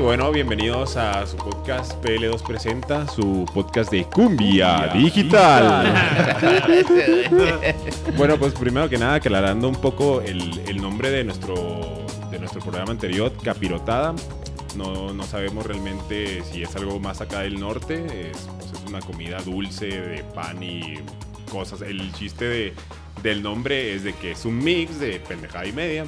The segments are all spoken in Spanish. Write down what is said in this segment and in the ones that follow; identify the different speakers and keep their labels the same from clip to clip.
Speaker 1: bueno, bienvenidos a su podcast PL2 Presenta, su podcast de cumbia, digital. bueno, pues primero que nada, aclarando un poco el, el nombre de nuestro, de nuestro programa anterior, Capirotada. No, no sabemos realmente si es algo más acá del norte, es, pues, es una comida dulce de pan y cosas. El chiste de, del nombre es de que es un mix de pendejada y media.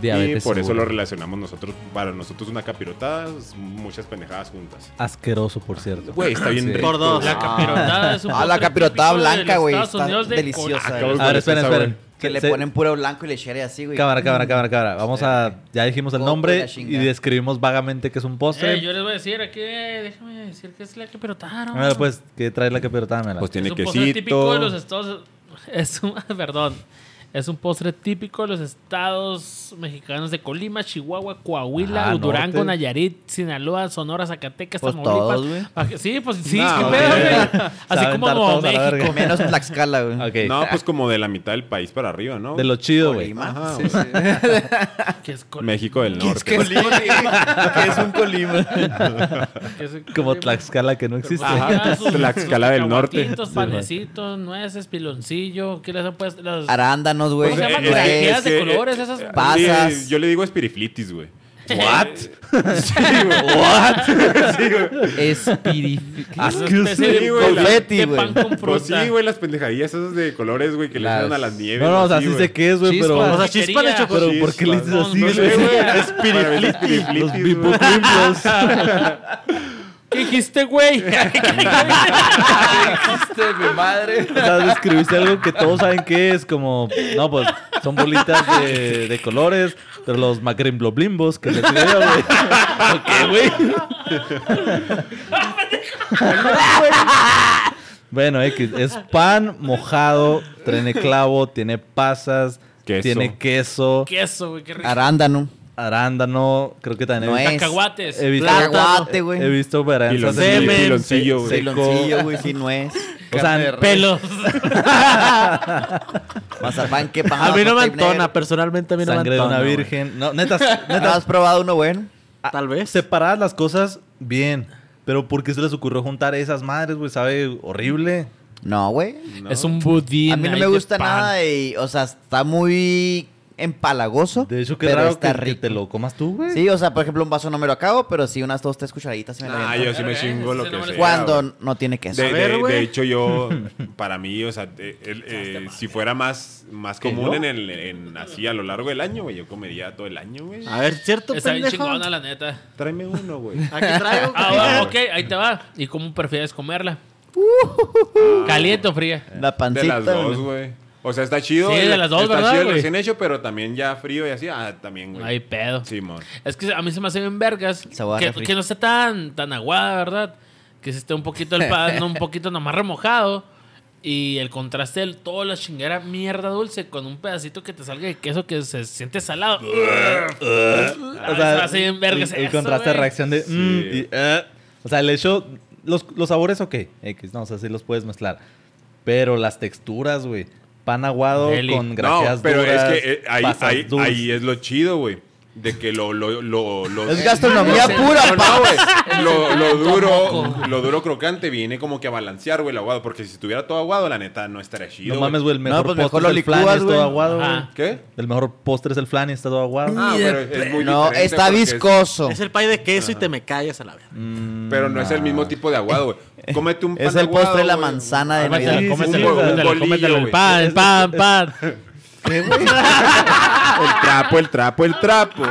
Speaker 2: Diabetes
Speaker 1: y por eso
Speaker 2: seguro.
Speaker 1: lo relacionamos nosotros, para nosotros una capirotada, es muchas pendejadas juntas.
Speaker 3: Asqueroso, por cierto.
Speaker 1: Güey, está bien
Speaker 3: Sí.
Speaker 1: rico.
Speaker 4: Por dos.
Speaker 5: La capirotada es un
Speaker 6: Ah, la
Speaker 5: postre
Speaker 6: capirotada
Speaker 5: típico de
Speaker 6: blanca,
Speaker 5: los
Speaker 6: güey.
Speaker 5: Estados
Speaker 6: Está
Speaker 5: Unidos de Ah,
Speaker 6: deliciosa.
Speaker 1: Acabo
Speaker 6: güey.
Speaker 1: de
Speaker 2: A ver,
Speaker 1: conocer
Speaker 2: esperen,
Speaker 1: sabor.
Speaker 2: esperen.
Speaker 6: Que le
Speaker 2: Se-
Speaker 6: ponen puro blanco y le echan así, güey.
Speaker 3: Cámara, cámara, cámara, cámara. Vamos a. Ya dijimos el
Speaker 6: Ponte
Speaker 3: nombre
Speaker 6: la chingada.
Speaker 3: y describimos vagamente qué es un
Speaker 5: Coca. Eh,
Speaker 3: postre.
Speaker 5: yo les voy a decir aquí, déjame decir que es la capirotada. ¿no?
Speaker 3: A ver, pues, ¿qué trae la capirotada? Mela?
Speaker 1: Pues Ah, tiene
Speaker 5: es un postre típico de los
Speaker 1: quesito.
Speaker 5: Estados es un, perdón. Es un postre típico de los estados mexicanos de Colima, Chihuahua, Coahuila,
Speaker 3: Ah,
Speaker 5: Durango,
Speaker 3: norte.
Speaker 5: Nayarit, Sinaloa, Sonora, Zacatecas,
Speaker 6: Pues
Speaker 5: Tamaulipas.
Speaker 6: todos, güey.
Speaker 5: Ah, que- Sí, pues sí,
Speaker 1: No,
Speaker 5: qué
Speaker 1: güey.
Speaker 5: pedo, güey. Así
Speaker 3: aventar
Speaker 5: como Nuevo
Speaker 3: todos a la
Speaker 5: México.
Speaker 3: verga.
Speaker 6: Menos Tlaxcala, güey.
Speaker 3: Ok.
Speaker 1: No, pues como de la mitad del país para arriba, ¿no?
Speaker 3: De lo chido, güey.
Speaker 6: Colima.
Speaker 1: Ajá,
Speaker 6: Sí, sí.
Speaker 5: que es Col-
Speaker 1: México del Norte. Pues,
Speaker 6: ¿Qué es Colima? ¿Qué es un Colima?
Speaker 5: que es
Speaker 3: Como
Speaker 5: Colima.
Speaker 3: Tlaxcala que no existe.
Speaker 1: Ajá.
Speaker 5: Ajá, sus-
Speaker 1: Tlaxcala
Speaker 5: sus
Speaker 1: del Norte.
Speaker 5: cacahuatitos,
Speaker 3: Sí, güey.
Speaker 5: panecitos, nueces, piloncillo, ¿qué les han puesto? Las-
Speaker 6: Arándanos, güey.
Speaker 5: ¿Cómo Pues se llaman?
Speaker 1: Eh,
Speaker 6: Nuez.
Speaker 1: eh,
Speaker 5: Las de
Speaker 1: eh,
Speaker 5: colores, esas
Speaker 1: eh,
Speaker 6: pasas.
Speaker 1: sí, yo le digo espiriflitis, güey.
Speaker 3: ¿What?
Speaker 1: Sí, güey. Sí, güey.
Speaker 6: Espirif-
Speaker 5: Las
Speaker 3: Excuse
Speaker 5: especies
Speaker 1: me,
Speaker 5: de-
Speaker 1: güey,
Speaker 6: confeti,
Speaker 5: de
Speaker 6: güey.
Speaker 5: pan con
Speaker 1: Pues sí,
Speaker 5: fruta.
Speaker 1: güey, las pendejadillas esas de colores, güey, que le
Speaker 6: Las-
Speaker 1: echan a las nieves.
Speaker 3: No, no, o sea,
Speaker 1: así,
Speaker 3: sí
Speaker 1: güey.
Speaker 3: sé qué es, güey, pero.
Speaker 5: Chispas.
Speaker 4: O sea, chispa de chocolate.
Speaker 3: Pero ¿por qué le dices
Speaker 5: No,
Speaker 3: así,
Speaker 5: no
Speaker 3: güey?
Speaker 5: sé,
Speaker 1: güey.
Speaker 3: Espiriflitis. Los
Speaker 1: Espiriflitis, güey.
Speaker 3: bipoclimbos.
Speaker 5: ¿Qué dijiste, güey?
Speaker 6: mi madre.
Speaker 3: O sea, describiste algo que todos saben que es, como, no, pues, son bolitas de, de colores, pero los macrimbloblimbos que le digo yo, güey. ¿O qué, güey? Bueno, X, es pan mojado, tiene clavo, tiene pasas,
Speaker 1: Queso.
Speaker 3: tiene queso,
Speaker 5: Queso, güey, qué rico.
Speaker 6: Arándano.
Speaker 3: arándano, creo que también he
Speaker 6: Nuez.
Speaker 3: visto-
Speaker 5: Cacahuates.
Speaker 3: he visto,
Speaker 6: Cacahuate, güey.
Speaker 3: he visto varianzas
Speaker 1: Piloncillo,
Speaker 3: en-
Speaker 1: piloncillo,
Speaker 3: se-
Speaker 1: güey.
Speaker 3: seco.
Speaker 6: Piloncillo, güey, sin nuez.
Speaker 3: O sea,
Speaker 5: Pelos.
Speaker 6: Mazapán, qué
Speaker 4: A
Speaker 6: paja.
Speaker 4: mí no me
Speaker 6: tape negro.
Speaker 4: antona, personalmente a mí no me
Speaker 3: sangre de una
Speaker 4: antona, güey.
Speaker 3: virgen. No, neta, neta,
Speaker 6: ¿No has probado uno bueno?
Speaker 4: Tal vez.
Speaker 3: Ah, separadas las cosas, bien. Pero ¿por qué se les ocurrió juntar esas madres, güey? Sabe horrible.
Speaker 6: No, güey.
Speaker 5: Es un budín.
Speaker 6: A mí no
Speaker 5: ahí
Speaker 6: me
Speaker 5: de
Speaker 6: gusta
Speaker 5: pan.
Speaker 6: nada y, o sea, está muy empalagoso.
Speaker 3: De hecho, qué
Speaker 6: pero
Speaker 3: raro que,
Speaker 6: está
Speaker 3: que
Speaker 6: rico.
Speaker 3: te lo comas tú, güey.
Speaker 6: Sí, o sea, por ejemplo, un vaso no me lo acabo, pero sí unas dos, tres cucharaditas. se me
Speaker 1: Ah,
Speaker 6: revientan.
Speaker 1: yo sí me chingo lo
Speaker 5: Ese
Speaker 1: que
Speaker 5: no me lo
Speaker 1: sea.
Speaker 6: Cuando
Speaker 1: güey.
Speaker 6: no tiene queso.
Speaker 1: De,
Speaker 4: ver,
Speaker 1: de-
Speaker 4: güey.
Speaker 1: de hecho, yo, para mí, o sea, de- el- eh, si fuera más, más común en, el, en así a lo largo del año, güey, yo comería todo el año, güey.
Speaker 4: A ver, ¿cierto,
Speaker 5: Está bien
Speaker 4: pendejo?
Speaker 5: chingona, la neta.
Speaker 1: Tráeme uno, güey.
Speaker 4: Aquí traigo.
Speaker 5: Ah, va, ok, ahí te va. ¿Y cómo prefieres comerla? ¿Caliente o fría?
Speaker 6: La pancita.
Speaker 1: De las dos,
Speaker 6: güey.
Speaker 1: güey. O sea, está chido.
Speaker 5: Sí,
Speaker 1: el-
Speaker 5: de las dos,
Speaker 1: está
Speaker 5: ¿verdad,
Speaker 1: chido el
Speaker 5: güey?
Speaker 1: recién hecho, pero también ya frío y así. Ah, también,
Speaker 5: No
Speaker 1: güey.
Speaker 5: hay pedo.
Speaker 1: Simón.
Speaker 5: Es que a mí se me hace bien vergas.
Speaker 6: Sabor a
Speaker 5: Que,
Speaker 6: refri.
Speaker 5: que no esté tan, tan aguada, ¿verdad? Que se esté un poquito el pan, un poquito nomás remojado. Y el contraste de toda la chinguera mierda dulce con un pedacito que te salga de queso que se siente salado. Ah,
Speaker 3: O sea,
Speaker 5: se me hace bien vergas
Speaker 3: el, el
Speaker 5: eso,
Speaker 3: contraste de
Speaker 5: güey.
Speaker 3: reacción de... mm,
Speaker 1: Sí.
Speaker 3: y, eh. o sea, el hecho... Los, los sabores, ok. X, no, o sea, sí los puedes mezclar. Pero las texturas, güey. Pan aguado
Speaker 5: Deli.
Speaker 3: con grajeas
Speaker 1: no, pero
Speaker 3: duras,
Speaker 1: es que eh, ahí,
Speaker 3: pasas
Speaker 1: ahí-
Speaker 3: dulces.
Speaker 1: ahí es lo chido, güey. De que lo... lo, lo, lo-
Speaker 6: Es gastronomía pura,
Speaker 1: No,
Speaker 6: pa.
Speaker 1: no, güey. Lo, lo
Speaker 5: Tomoco.
Speaker 1: duro, lo duro crocante viene como que a balancear, güey, el aguado. Porque si estuviera todo aguado, la neta, no estaría chido.
Speaker 3: No mames, güey, el mejor
Speaker 6: pues
Speaker 3: postre
Speaker 6: mejor lo
Speaker 3: es el flan y
Speaker 6: licúas,
Speaker 3: es todo
Speaker 6: güey.
Speaker 3: aguado,
Speaker 5: Ajá.
Speaker 3: güey.
Speaker 1: ¿Qué?
Speaker 3: El mejor postre es el flan y está todo aguado.
Speaker 1: Ah,
Speaker 4: Ni de
Speaker 1: pero es muy
Speaker 6: No,
Speaker 1: diferente
Speaker 6: está
Speaker 1: porque es-
Speaker 6: viscoso.
Speaker 4: Es el pay de queso y te me callas a la verga.
Speaker 1: Pero no es el mismo tipo de aguado, güey. Cómete un pan
Speaker 6: Es el
Speaker 1: aguado,
Speaker 6: postre de la
Speaker 1: güey. Ah,
Speaker 6: manzana de
Speaker 3: Cómetelo,
Speaker 6: Navidad.
Speaker 3: cómetelo.
Speaker 5: Cómetelo,
Speaker 3: un
Speaker 5: cómetelo,
Speaker 1: bolillo,
Speaker 5: cómetelo, el
Speaker 1: güey.
Speaker 5: pan, el pan, pan.
Speaker 3: ¿Qué, güey?
Speaker 1: Ah, El trapo, el trapo, el trapo.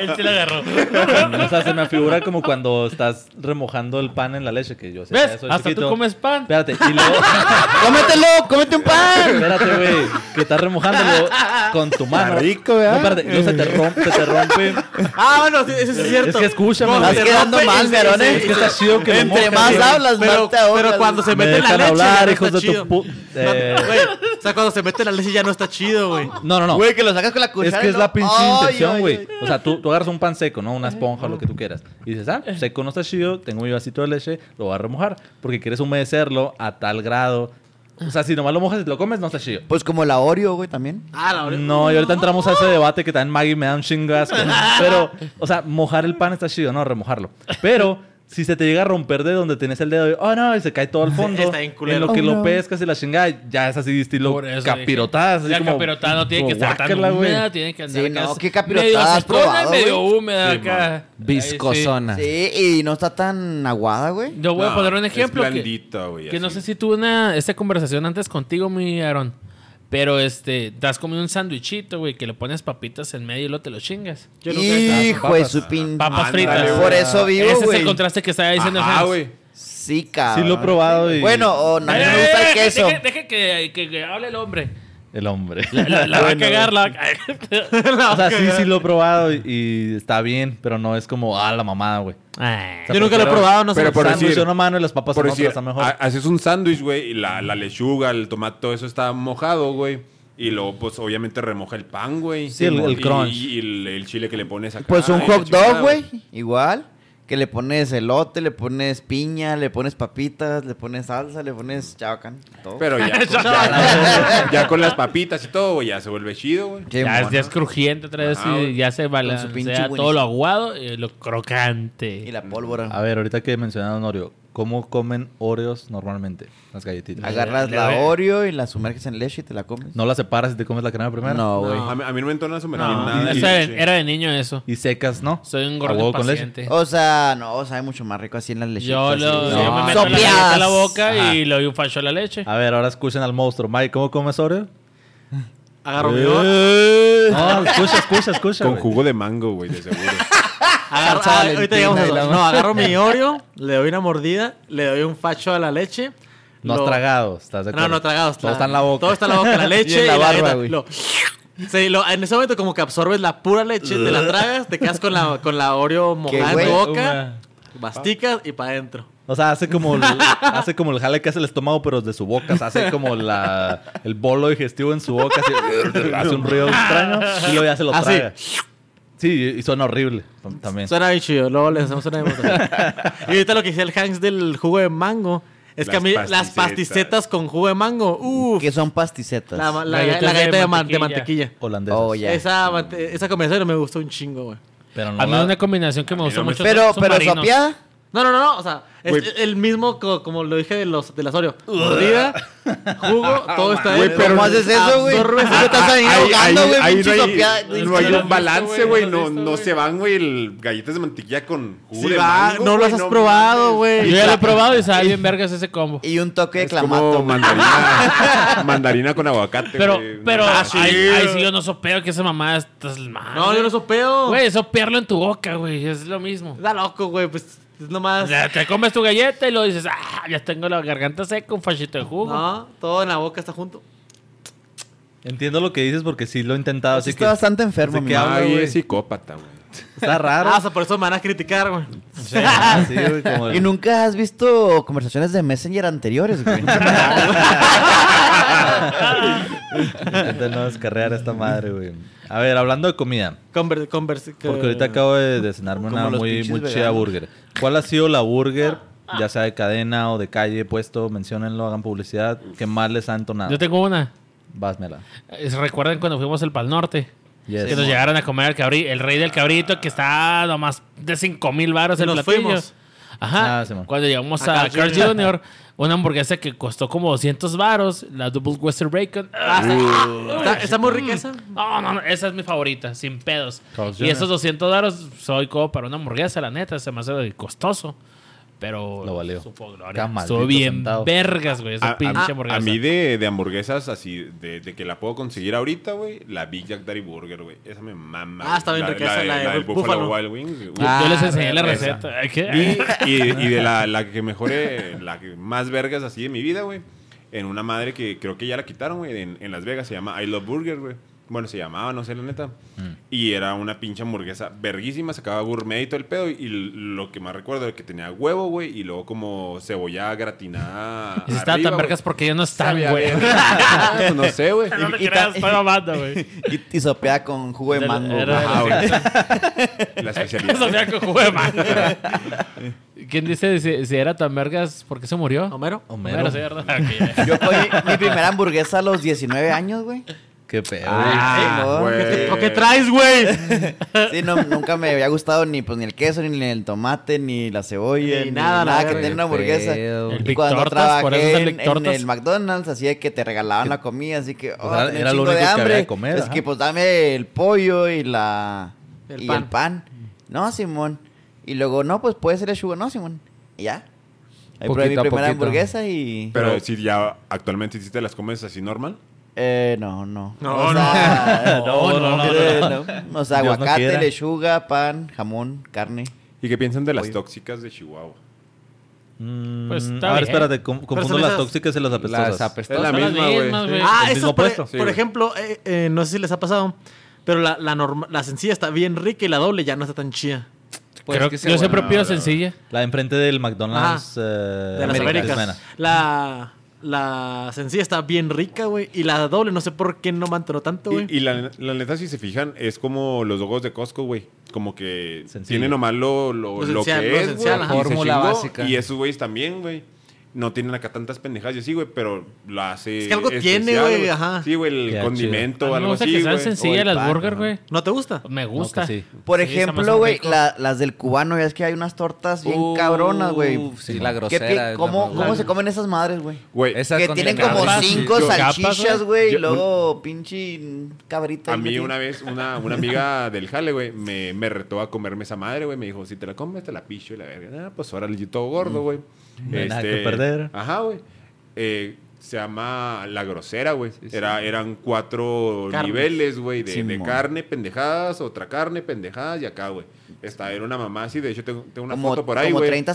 Speaker 5: Él se lo agarró.
Speaker 3: O sea, se me figura como cuando estás remojando el pan en la leche, que yo sé
Speaker 5: ¿Ves? Hasta tú comes pan.
Speaker 3: Espérate, y luego,
Speaker 6: ¡Cómetelo! ¡Cómete un pan!
Speaker 3: espérate, güey, que estás remojándolo con tu mano.
Speaker 6: rico, ¿verdad?
Speaker 3: No, espérate, no se te rompe, se te rompe.
Speaker 4: Ah, bueno, sí, eso sí es cierto.
Speaker 3: Es que escúchame,
Speaker 4: Cuando
Speaker 3: güey.
Speaker 4: se
Speaker 6: Estás quedando
Speaker 4: rompe
Speaker 6: mal,
Speaker 4: y se-
Speaker 6: Verón,
Speaker 4: se-
Speaker 6: eh.
Speaker 3: Es que está chido que lo
Speaker 6: Entre
Speaker 3: mojas,
Speaker 6: más
Speaker 3: güey.
Speaker 6: hablas,
Speaker 4: Pero,
Speaker 6: más te ahogas.
Speaker 4: pero cuando se
Speaker 3: Me
Speaker 4: mete la
Speaker 3: dejan
Speaker 4: leche,
Speaker 3: hablar,
Speaker 4: ya no
Speaker 3: hijos
Speaker 4: está
Speaker 3: de tu
Speaker 4: chido.
Speaker 3: pu- eh.
Speaker 4: No, güey, o sea, cuando se mete la leche ya no está chido, güey.
Speaker 3: No, no, no.
Speaker 6: Güey, que lo sacas con la
Speaker 3: Es
Speaker 6: cuchara.
Speaker 3: que
Speaker 6: y
Speaker 3: es
Speaker 6: lo-
Speaker 3: la pinche
Speaker 6: Ay,
Speaker 3: intención,
Speaker 6: ay,
Speaker 3: güey.
Speaker 6: ay.
Speaker 3: O sea, tú, tú agarras un pan seco, ¿no? Una esponja, lo que tú quieras. Y dices, ah,
Speaker 5: Eh.
Speaker 3: seco no está chido, tengo mi vasito de leche, lo voy a remojar. Porque quieres humedecerlo a tal grado O sea, si nomás lo mojas y te lo comes, no está chido.
Speaker 6: Pues como la Oreo, güey, también.
Speaker 4: Ah, la Oreo.
Speaker 3: No, y ahorita entramos a ese debate que también Maggie me da un chingo de asco. Pero, o sea, mojar el pan está chido, no remojarlo. Pero si se te llega a romper de donde tenés el dedo, y, oh no, y se cae todo al fondo.
Speaker 4: Está bien culero.
Speaker 3: En lo que
Speaker 6: Oh,
Speaker 3: lo
Speaker 6: no.
Speaker 3: pescas y la chingada, ya es así de estilo
Speaker 5: Por eso
Speaker 3: capirotada.
Speaker 5: dije,
Speaker 3: así
Speaker 5: La
Speaker 3: como-
Speaker 5: capirotada no tiene que
Speaker 3: como
Speaker 5: estar tan
Speaker 3: guácala, güey.
Speaker 5: húmeda, tiene que andar
Speaker 6: Sí,
Speaker 5: acá
Speaker 6: no, ¿qué
Speaker 5: medio
Speaker 6: capirotada has
Speaker 5: aceitona,
Speaker 6: probado,
Speaker 5: medio
Speaker 6: güey?
Speaker 5: húmeda
Speaker 1: Sí,
Speaker 5: acá. Ahí sí.
Speaker 2: Viscosona.
Speaker 6: Sí, y no está tan aguada, güey.
Speaker 5: Yo voy a
Speaker 1: No,
Speaker 5: poner un
Speaker 1: es
Speaker 5: ejemplo que,
Speaker 1: blandita, güey,
Speaker 5: que no
Speaker 1: así.
Speaker 5: sé si tuve una esta conversación antes contigo, mi Aaron. Pero este, te has comido un sandwichito, güey, que le pones papitas en medio y luego te lo chingas.
Speaker 4: Yo nunca he estado
Speaker 6: Hijo de su pin.
Speaker 5: Papas
Speaker 1: Ándale,
Speaker 5: fritas.
Speaker 1: güey.
Speaker 6: Por eso vivo,
Speaker 5: Ese es el
Speaker 6: güey.
Speaker 5: contraste que estaba diciendo el
Speaker 1: Ajá,
Speaker 5: Hans.
Speaker 1: güey.
Speaker 6: Sí, cabrón.
Speaker 3: Sí, lo he probado y.
Speaker 6: Bueno, o no, a mí me
Speaker 5: Eh,
Speaker 6: gusta el
Speaker 5: deje-
Speaker 6: queso.
Speaker 5: Deje, deje que, que- que hable el hombre.
Speaker 3: El hombre.
Speaker 5: La, la va a cagar, la va a cagar.
Speaker 3: o sea, sí, sí lo he probado y, y está bien, pero no es como, ah, la mamada, güey.
Speaker 5: Ay.
Speaker 4: Yo nunca lo he probado, no sé.
Speaker 1: Pero por
Speaker 3: Sándwich
Speaker 1: decir-
Speaker 3: en una mano y las papas
Speaker 1: Por
Speaker 3: en otra,
Speaker 1: decir,
Speaker 3: está mejor.
Speaker 1: ha- haces un sándwich, güey, y la, la lechuga, el tomate, todo eso está mojado, güey. Y luego, pues, obviamente remoja el pan, güey.
Speaker 3: Sí, el- el
Speaker 1: Y-
Speaker 3: crunch.
Speaker 1: Y, el, el chile que le pones acá.
Speaker 6: Pues
Speaker 1: y
Speaker 5: Ah,
Speaker 6: un
Speaker 1: la
Speaker 6: hot
Speaker 1: chingada,
Speaker 6: dog, güey. Igual. Que le pones elote, le pones piña, le pones papitas, le pones salsa, le pones chabacán. Todo.
Speaker 1: Pero ya, con- ya, ya con las papitas y todo, güey, ya se vuelve chido, güey.
Speaker 6: Qué
Speaker 5: Ya, es-
Speaker 6: mono.
Speaker 5: ya es crujiente otra vez
Speaker 1: Ah,
Speaker 5: y ya se
Speaker 6: su pinche
Speaker 5: balancea todo
Speaker 6: buenísimo.
Speaker 5: lo aguado y lo crocante.
Speaker 6: Y la pólvora.
Speaker 5: Ah,
Speaker 3: A ver, ahorita que mencionaron Oreo, ¿cómo comen Oreos normalmente? Las galletitas.
Speaker 6: Agarras
Speaker 5: Le-
Speaker 6: la
Speaker 5: le-
Speaker 6: Oreo y la sumerges en leche y te la comes.
Speaker 3: No las separas y te comes la crema primero.
Speaker 6: No, güey.
Speaker 1: A, mí, a mí no me entona eso, me
Speaker 5: No,
Speaker 1: nada.
Speaker 5: eso era, de- era de niño eso.
Speaker 3: Y secas, ¿no?
Speaker 5: Soy un
Speaker 3: A
Speaker 5: gordo
Speaker 3: huevo con leche.
Speaker 5: impaciente.
Speaker 6: O sea, no, sabe mucho más rico así en las leches.
Speaker 5: Yo,
Speaker 3: No.
Speaker 5: lo, yo me meto la
Speaker 6: Sopeadas.
Speaker 5: galleta a la boca
Speaker 3: Ajá. Ah,
Speaker 5: y lo facho a la leche.
Speaker 3: A ver, ahora escuchen al monstruo. Mike, ¿cómo comes Oreo?
Speaker 4: Agarro mi Oreo.
Speaker 3: No, escucha, escucha, escucha.
Speaker 1: Eh, Con
Speaker 3: güey.
Speaker 1: jugo de mango, güey, de seguro.
Speaker 4: Agarro-
Speaker 6: Salsa
Speaker 4: ah, ahorita
Speaker 6: Valentina
Speaker 4: llegamos a
Speaker 6: y la-
Speaker 4: eso. No, agarro mi Oreo, le doy una mordida, le doy un facho a la leche.
Speaker 3: No has
Speaker 4: lo-
Speaker 3: tragado, ¿estás de
Speaker 4: No,
Speaker 3: acuerdo?
Speaker 4: no tragados.
Speaker 3: Todo está en la boca.
Speaker 4: Todo está en la boca, la leche
Speaker 6: Y en la barba,
Speaker 4: galleta.
Speaker 6: güey.
Speaker 4: Lo- Sí, lo- en ese momento como que absorbes la pura leche, te la tragas, te quedas con la, con la Oreo mojada en
Speaker 6: güey.
Speaker 4: tu boca,
Speaker 3: Una-
Speaker 4: masticas y para adentro.
Speaker 3: O sea, hace como, el, hace como el jale que hace el estómago, pero de su boca. O sea, hace como la, el bolo digestivo en su boca. así, hace un ruido extraño y luego ya se lo
Speaker 4: Así.
Speaker 3: traga. Sí, y suena horrible tam- también.
Speaker 4: Suena bien chido, luego les hacemos una demostración. y ahorita lo que hice el Hanks del jugo de mango es que
Speaker 1: Las
Speaker 4: a mí las
Speaker 1: pasticetas.
Speaker 4: pasticetas con jugo de mango, uff,
Speaker 6: Que son pasticetas.
Speaker 4: la, la- la
Speaker 5: Galletas de
Speaker 4: galleta de, ma-
Speaker 5: mantequilla.
Speaker 4: de mantequilla.
Speaker 3: Holandesa.
Speaker 6: Oh, ya.
Speaker 4: Esa, mate- esa combinación me gustó un chingo, güey.
Speaker 3: Pero no
Speaker 5: A mí
Speaker 3: la-
Speaker 5: una combinación que me
Speaker 1: mí
Speaker 5: gustó
Speaker 1: no me-
Speaker 5: mucho.
Speaker 6: Pero,
Speaker 5: son
Speaker 6: pero
Speaker 5: marinos.
Speaker 6: sopeada.
Speaker 4: No, no, no, no, o sea, es
Speaker 1: Güey.
Speaker 4: el mismo co- como lo dije de los de las Oreo. Mordida, jugo, todo está
Speaker 1: Güey,
Speaker 4: ahí.
Speaker 1: pero-
Speaker 6: ¿Cómo haces eso, güey?
Speaker 4: Absorbes-
Speaker 6: Ah,
Speaker 4: estás ahí
Speaker 6: ah,
Speaker 4: ahogando.
Speaker 6: ahogando, güey,
Speaker 1: ahí
Speaker 6: pinche
Speaker 1: no
Speaker 6: sopeada.
Speaker 1: hay, no hay
Speaker 5: Lo has
Speaker 1: un
Speaker 5: visto,
Speaker 1: balance,
Speaker 5: güey,
Speaker 1: güey.
Speaker 5: lo
Speaker 1: No,
Speaker 5: has visto,
Speaker 1: no
Speaker 5: güey.
Speaker 1: se van, güey, el galletas de mantequilla con jugo
Speaker 4: Sí
Speaker 1: de
Speaker 4: va,
Speaker 1: mango.
Speaker 4: no
Speaker 1: güey,
Speaker 4: las has
Speaker 1: mames.
Speaker 4: probado, güey.
Speaker 5: Yo ya lo he probado y sabe bien vergas ese combo.
Speaker 6: Y un toque de
Speaker 1: Es como
Speaker 6: clamato. güey.
Speaker 1: mandarina, mandarina con aguacate,
Speaker 5: Pero,
Speaker 1: güey.
Speaker 5: pero,
Speaker 1: Ah,
Speaker 5: ahí
Speaker 1: sí.
Speaker 5: ahí sí yo no sopeo que esa mamá estás mal.
Speaker 4: No, yo no sopeo.
Speaker 5: Güey, sopearlo en tu boca, güey, es lo mismo.
Speaker 4: Está loco, güey, pues es
Speaker 5: O
Speaker 4: nomás.
Speaker 5: sea, te comes tu galleta y lo dices, ah, ya tengo la garganta seca, un fachito de jugo.
Speaker 4: No, todo en la boca está junto.
Speaker 3: Entiendo lo que dices porque sí lo he intentado.
Speaker 6: Sí
Speaker 3: Así
Speaker 6: Pues está
Speaker 3: que
Speaker 6: bastante enfermo,
Speaker 3: así
Speaker 6: mi
Speaker 3: que
Speaker 6: mamá.
Speaker 3: habla,
Speaker 1: Ay,
Speaker 3: güey.
Speaker 1: es psicópata, güey.
Speaker 3: está raro.
Speaker 4: Ah, o sea, por eso me van a criticar, güey.
Speaker 3: Sí, así, güey, como el-
Speaker 6: Y nunca has visto conversaciones de Messenger anteriores, güey.
Speaker 3: Intenta no descarrear esta madre, güey. A ver, hablando de comida.
Speaker 4: Converse, converse. que-
Speaker 3: Porque ahorita acabo de, de cenarme
Speaker 6: Como
Speaker 3: una
Speaker 6: los
Speaker 3: muy,
Speaker 6: pinches
Speaker 3: muy chida
Speaker 6: veganos.
Speaker 3: burger. ¿Cuál ha sido la burger, ya sea de cadena o de calle, puesto, menciónenlo, hagan publicidad, que más les ha entonado?
Speaker 5: Yo tengo una.
Speaker 3: Vásmela.
Speaker 5: Eh, ¿Recuerdan cuando fuimos al Pal Norte?
Speaker 3: Yes.
Speaker 5: que nos llegaron a comer el, cabri- el rey del cabrito que está nomás de 5 mil baros
Speaker 4: Que
Speaker 5: el
Speaker 4: nos
Speaker 5: platillo.
Speaker 4: fuimos.
Speaker 5: Ajá.
Speaker 3: Ah, Simón.
Speaker 5: Cuando llegamos
Speaker 4: A
Speaker 5: a,
Speaker 4: Carl's
Speaker 5: Carl
Speaker 4: Jr.
Speaker 5: Jr., una hamburguesa que costó como 200 baros, la Double Western Bacon.
Speaker 4: Ah,
Speaker 5: Ah,
Speaker 4: está, está- está muy rica esa.
Speaker 5: No, no, no, esa es mi favorita, sin pedos.
Speaker 3: Carl's
Speaker 5: Y
Speaker 3: Jr.
Speaker 5: esos 200 dólares soy como para una hamburguesa, la neta, se me hace costoso. Pero
Speaker 3: Lo valió.
Speaker 5: supo
Speaker 3: Qué
Speaker 5: gloria.
Speaker 3: maldito
Speaker 5: Estuvo bien
Speaker 3: centavo.
Speaker 5: vergas, güey,
Speaker 1: A,
Speaker 5: esa
Speaker 1: a-
Speaker 5: pinche
Speaker 1: a
Speaker 5: hamburguesa.
Speaker 1: mí de, de hamburguesas así, de, de que la puedo conseguir ahorita, güey, la Big Jack Daddy Burger, güey. Esa me mama.
Speaker 4: Ah,
Speaker 1: güey.
Speaker 4: está bien rica
Speaker 1: La,
Speaker 4: esa,
Speaker 1: de-
Speaker 4: la de
Speaker 1: del
Speaker 4: búfalo. Ah,
Speaker 1: Buffalo Wild Wings. güey.
Speaker 5: Yo- yo les
Speaker 3: Ah,
Speaker 5: enseñé la
Speaker 1: esa.
Speaker 5: receta. Ay, ¿qué?
Speaker 1: Y, y- y de la, la que mejore, la que más vergas así de mi vida, güey. En una madre que creo que ya la quitaron, güey, en, en Las Vegas. Se llama I Love Burger, güey. Bueno, se llamaba, no sé, la neta.
Speaker 5: Mm.
Speaker 1: Y era una pinche hamburguesa verguísima. Sacaba gourmet y todo el pedo. Y l- lo que más recuerdo era que tenía huevo, güey. Y luego como cebolla gratinada.
Speaker 5: Y si estaban tan
Speaker 1: arriba,
Speaker 5: vergas
Speaker 1: güey.
Speaker 5: porque ya no están,
Speaker 1: Sabía
Speaker 5: güey.
Speaker 1: verga. Pues no sé, güey.
Speaker 5: No te
Speaker 6: Y- y
Speaker 5: creas,
Speaker 6: ta-
Speaker 5: estoy mamando, güey.
Speaker 6: y, y sopeada con jugo de
Speaker 5: Era-
Speaker 6: mango.
Speaker 5: era-
Speaker 6: güey.
Speaker 1: Ah, güey. La
Speaker 5: Eso
Speaker 1: especialidad.
Speaker 5: sea que jugué, man. ¿Quién dice si, si era tan vergas? ¿Por qué se murió?
Speaker 4: ¿Homero?
Speaker 3: Homero.
Speaker 5: sí, ¿verdad? Ok.
Speaker 6: Yo comí mi primera hamburguesa a los 19 años, güey.
Speaker 3: Qué pedo.
Speaker 1: Ah,
Speaker 6: sí, no.
Speaker 1: güey.
Speaker 4: ¿O qué traes, güey?
Speaker 6: Sí, no, nunca me había gustado ni, pues, ni el queso, ni el tomate, ni la cebolla,
Speaker 4: Ni
Speaker 6: ni,
Speaker 4: nada,
Speaker 6: nada,
Speaker 4: la
Speaker 6: que
Speaker 4: verga.
Speaker 6: tener una hamburguesa.
Speaker 3: Feo.
Speaker 5: El
Speaker 6: Y cuando
Speaker 5: Big Tortas, por eso es
Speaker 6: trabajé
Speaker 5: el
Speaker 6: en,
Speaker 5: Big Tortas.
Speaker 6: en el McDonald's, así de que te regalaban la comida, así que oh,
Speaker 3: era-
Speaker 6: tenía
Speaker 3: era
Speaker 6: un
Speaker 3: lo
Speaker 6: chingo
Speaker 3: único que había de comer,
Speaker 6: Es
Speaker 3: ajá.
Speaker 6: que pues dame el pollo y la
Speaker 4: El
Speaker 6: y
Speaker 4: pan.
Speaker 6: el pan. No, Simón. Y luego, no, pues puede ser el sugar, no, Simón. Y ya. Ahí probé mi
Speaker 3: Poquito a
Speaker 6: primera
Speaker 3: poquito.
Speaker 6: hamburguesa y
Speaker 1: Pero si ya actualmente hiciste las comes así normal.
Speaker 6: eh, no, no.
Speaker 4: No,
Speaker 6: O
Speaker 4: no.
Speaker 6: sea,
Speaker 3: No, no, no,
Speaker 6: eh,
Speaker 3: no,
Speaker 6: no. O sea,
Speaker 3: Dios no
Speaker 6: aguacate,
Speaker 3: quiera.
Speaker 6: lechuga, pan, jamón, carne.
Speaker 1: ¿Y qué piensan de las
Speaker 6: Oye.
Speaker 1: tóxicas de Chihuahua?
Speaker 3: Mm,
Speaker 5: Pues está
Speaker 3: a ver,
Speaker 5: bien.
Speaker 3: espérate, com- confundo
Speaker 4: son
Speaker 3: las
Speaker 4: esas-
Speaker 3: tóxicas y las apestosas.
Speaker 1: Es la
Speaker 5: Son las
Speaker 1: misma, güey.
Speaker 5: mismas, güey.
Speaker 4: Ah,
Speaker 3: el
Speaker 4: eso
Speaker 3: mismo
Speaker 4: por,
Speaker 3: puesto.
Speaker 1: Sí,
Speaker 4: por
Speaker 1: güey.
Speaker 4: ejemplo, eh, eh, no sé si les ha pasado, pero la, la, norma- la sencilla está bien rica y la doble ya no está tan chida.
Speaker 2: Pues
Speaker 5: Creo-
Speaker 2: que se
Speaker 5: yo siempre
Speaker 2: guarda.
Speaker 5: pido sencilla.
Speaker 3: La de enfrente del McDonald's. eh,
Speaker 4: De las
Speaker 3: Americana.
Speaker 4: Américas. La, la sencilla está bien rica, güey. Y la doble, no sé por qué no mantuvo tanto, güey.
Speaker 1: Y, y la, la neta, si se fijan, es como los logos de Costco, güey. Como que
Speaker 3: Sencillo.
Speaker 1: tiene nomás lo, lo,
Speaker 4: Lo
Speaker 1: lo
Speaker 4: esencial, lo
Speaker 1: que es,
Speaker 4: esencial,
Speaker 1: güey.
Speaker 4: ajá.
Speaker 1: y se
Speaker 2: Fórmula
Speaker 1: chingó.
Speaker 2: básica.
Speaker 1: Y esos güeyes también, güey. No tienen acá tantas pendejadas y así, güey, pero lo hace.
Speaker 4: Es que algo
Speaker 1: especial,
Speaker 4: tiene, güey, ajá.
Speaker 1: Sí, güey, el
Speaker 3: Qué
Speaker 1: condimento,
Speaker 5: A mí me
Speaker 1: algo
Speaker 5: gusta que
Speaker 1: así,
Speaker 5: sean
Speaker 1: güey.
Speaker 5: sencillas
Speaker 6: el
Speaker 5: las
Speaker 6: pan,
Speaker 5: burgers,
Speaker 6: ajá.
Speaker 5: güey.
Speaker 4: ¿No te gusta?
Speaker 5: Me
Speaker 3: No,
Speaker 5: gusta.
Speaker 2: pues
Speaker 3: que sí.
Speaker 6: Por
Speaker 5: Sí, está más
Speaker 6: ejemplo, güey,
Speaker 5: rico.
Speaker 6: la- las del cubano, ya es que hay unas tortas bien cabronas, güey.
Speaker 2: Uf, Sí, la
Speaker 6: ¿Qué
Speaker 2: grosera.
Speaker 6: pi-
Speaker 2: es la
Speaker 6: ¿Cómo,
Speaker 2: más
Speaker 6: cómo
Speaker 2: buena.
Speaker 6: se comen esas madres, güey?
Speaker 1: Güey,
Speaker 2: Esa
Speaker 6: Que
Speaker 2: con
Speaker 6: tienen
Speaker 2: capas,
Speaker 6: como
Speaker 2: sí.
Speaker 6: cinco
Speaker 5: Yo- capas,
Speaker 6: salchichas, güey, y
Speaker 1: Yo-
Speaker 6: luego pinche cabrita.
Speaker 1: A mí una vez, una, una amiga del jale, güey, me, me retó a comerme esa madre, güey. Me dijo, si te la comes, te la picho y la verga. Ah, pues ahora yo todo gordo, güey. Este,
Speaker 3: No hay nada que perder.
Speaker 1: Ajá, güey. Eh, se llama La Grosera, güey. Era, eran cuatro
Speaker 4: Carnes.
Speaker 1: niveles, güey, de, de
Speaker 6: Simón.
Speaker 1: carne, pendejadas, otra carne, pendejadas y acá, güey. Esta era una mamá así. De hecho, tengo, tengo una
Speaker 6: como,
Speaker 1: foto por ahí,
Speaker 6: como
Speaker 1: güey.
Speaker 6: 30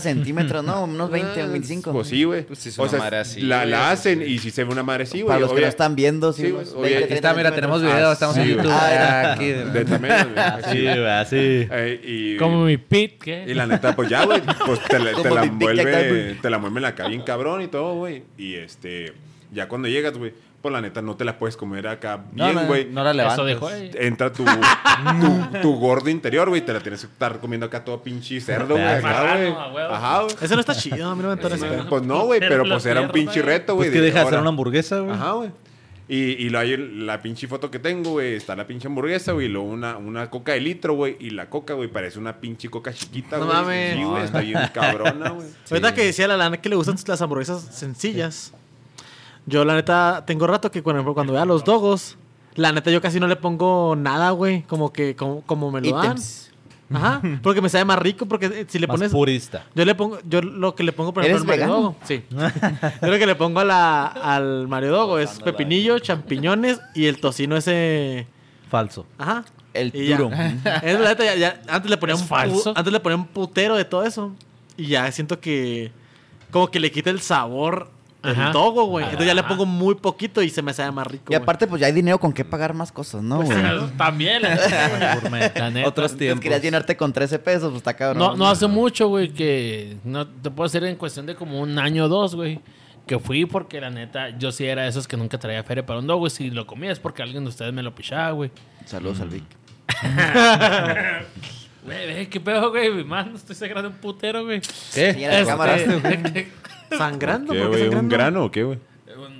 Speaker 6: centímetros, ¿no? Unos 20,
Speaker 1: Ah,
Speaker 6: 25.
Speaker 1: Pues sí, güey.
Speaker 2: Pues sí, es una madre así,
Speaker 1: La,
Speaker 2: güey,
Speaker 1: la
Speaker 2: sí,
Speaker 1: hacen
Speaker 2: sí.
Speaker 1: y si se ve una madre así, güey.
Speaker 6: Para los que no
Speaker 1: obvia-
Speaker 6: están viendo,
Speaker 1: Sí,
Speaker 6: sí, unos
Speaker 1: güey, oye,
Speaker 6: 20,
Speaker 1: ahí
Speaker 2: Está, mira, tenemos
Speaker 6: centímetros.
Speaker 2: video, estamos
Speaker 1: sí,
Speaker 2: en
Speaker 1: güey.
Speaker 2: YouTube.
Speaker 6: Ah,
Speaker 2: Aquí.
Speaker 1: De tamaño, güey.
Speaker 3: Sí, güey, así.
Speaker 1: Eh, y-
Speaker 5: Como mi pit, ¿qué?
Speaker 1: Y la neta, pues ya, güey, pues te la,
Speaker 6: Como
Speaker 1: te la
Speaker 6: mi Tic Tac
Speaker 1: envuelve,
Speaker 6: Diamond.
Speaker 1: te la mueve la cabina cabrón y todo, güey. Y este, ya cuando llegas, güey, pues la neta no te la puedes comer acá
Speaker 2: No,
Speaker 1: bien,
Speaker 2: no,
Speaker 1: güey.
Speaker 2: No la
Speaker 5: Eso
Speaker 2: levantas.
Speaker 5: dejó ahí.
Speaker 1: Entra tu, tu, tu gordo interior, güey, te la tienes que estar comiendo acá todo pinche cerdo, güey. acá,
Speaker 5: Marrano,
Speaker 1: güey.
Speaker 5: a huevo.
Speaker 1: Ajá, güey.
Speaker 4: Eso no está chido, a mí no me entona ese pedo.
Speaker 1: Pues no, güey, pero pues era un pinche reto, güey.
Speaker 3: Pues que deja de hacer
Speaker 1: ahora-
Speaker 3: una hamburguesa, güey.
Speaker 1: Ajá, güey. Y, y lo hay el- la pinche foto que tengo, güey. Está la pinche hamburguesa, güey. Y luego una, una coca de litro, güey. Y la coca, güey, parece una pinche coca chiquita,
Speaker 4: No
Speaker 1: güey.
Speaker 4: mames.
Speaker 1: Sí, güey. Está bien cabrona, güey.
Speaker 4: Ahorita que decía la lana que le gustan las hamburguesas sencillas. Yo, la neta, tengo rato que cuando, cuando veo a los dogos, la neta, yo casi no le pongo nada, güey. Como que, como, como me lo dan.
Speaker 6: Ítems.
Speaker 4: Ajá. Porque me sabe más rico, porque eh, si le
Speaker 3: Más
Speaker 4: pones.
Speaker 3: purista.
Speaker 4: Yo le pongo, yo lo que le pongo, por
Speaker 6: ¿Eres
Speaker 4: ejemplo, al Mario
Speaker 6: vegano?
Speaker 4: Dogo. Sí. Yo lo que le pongo a la- al Mario Dogo es pepinillo, champiñones y el tocino ese.
Speaker 3: Falso.
Speaker 4: Ajá.
Speaker 6: El
Speaker 4: Y ya.
Speaker 6: duro.
Speaker 4: Es la neta, ya- ya- antes le ponía
Speaker 5: ¿Es
Speaker 4: un pu-
Speaker 5: falso?
Speaker 4: antes le ponía un putero de todo eso. Y ya siento que como que le quita el sabor
Speaker 5: Ajá.
Speaker 4: al togo, güey. Entonces ya le
Speaker 5: Ajá.
Speaker 4: pongo muy poquito y se me sabe más
Speaker 6: Y
Speaker 4: rico. güey.
Speaker 6: aparte, pues ya hay dinero con qué pagar más cosas, ¿no,
Speaker 1: Pues
Speaker 6: güey?
Speaker 5: También. la neta, güey. La neta.
Speaker 3: Otros
Speaker 6: Entonces
Speaker 3: tiempos.
Speaker 6: querías llenarte con 13 pesos, pues está cabrón.
Speaker 5: No, no hace mucho, güey, que no te puedo decir en cuestión de como un año o dos, güey. Que fui porque la neta, yo sí era de esos que nunca traía feria para un dog, güey. Si lo comía es porque alguien de ustedes me lo pichaba, güey.
Speaker 6: Saludos al Vic.
Speaker 3: Mm.
Speaker 5: Güey, ve, qué pedo, güey. Mi mano, estoy sangrando un putero, güey.
Speaker 6: Sí,
Speaker 3: ¿Qué?
Speaker 6: era la
Speaker 5: Este,
Speaker 6: cámara.
Speaker 4: sangrando,
Speaker 1: ¿Qué,
Speaker 4: ¿por qué
Speaker 1: güey? ¿Un
Speaker 4: sangrando?
Speaker 1: grano o qué, güey?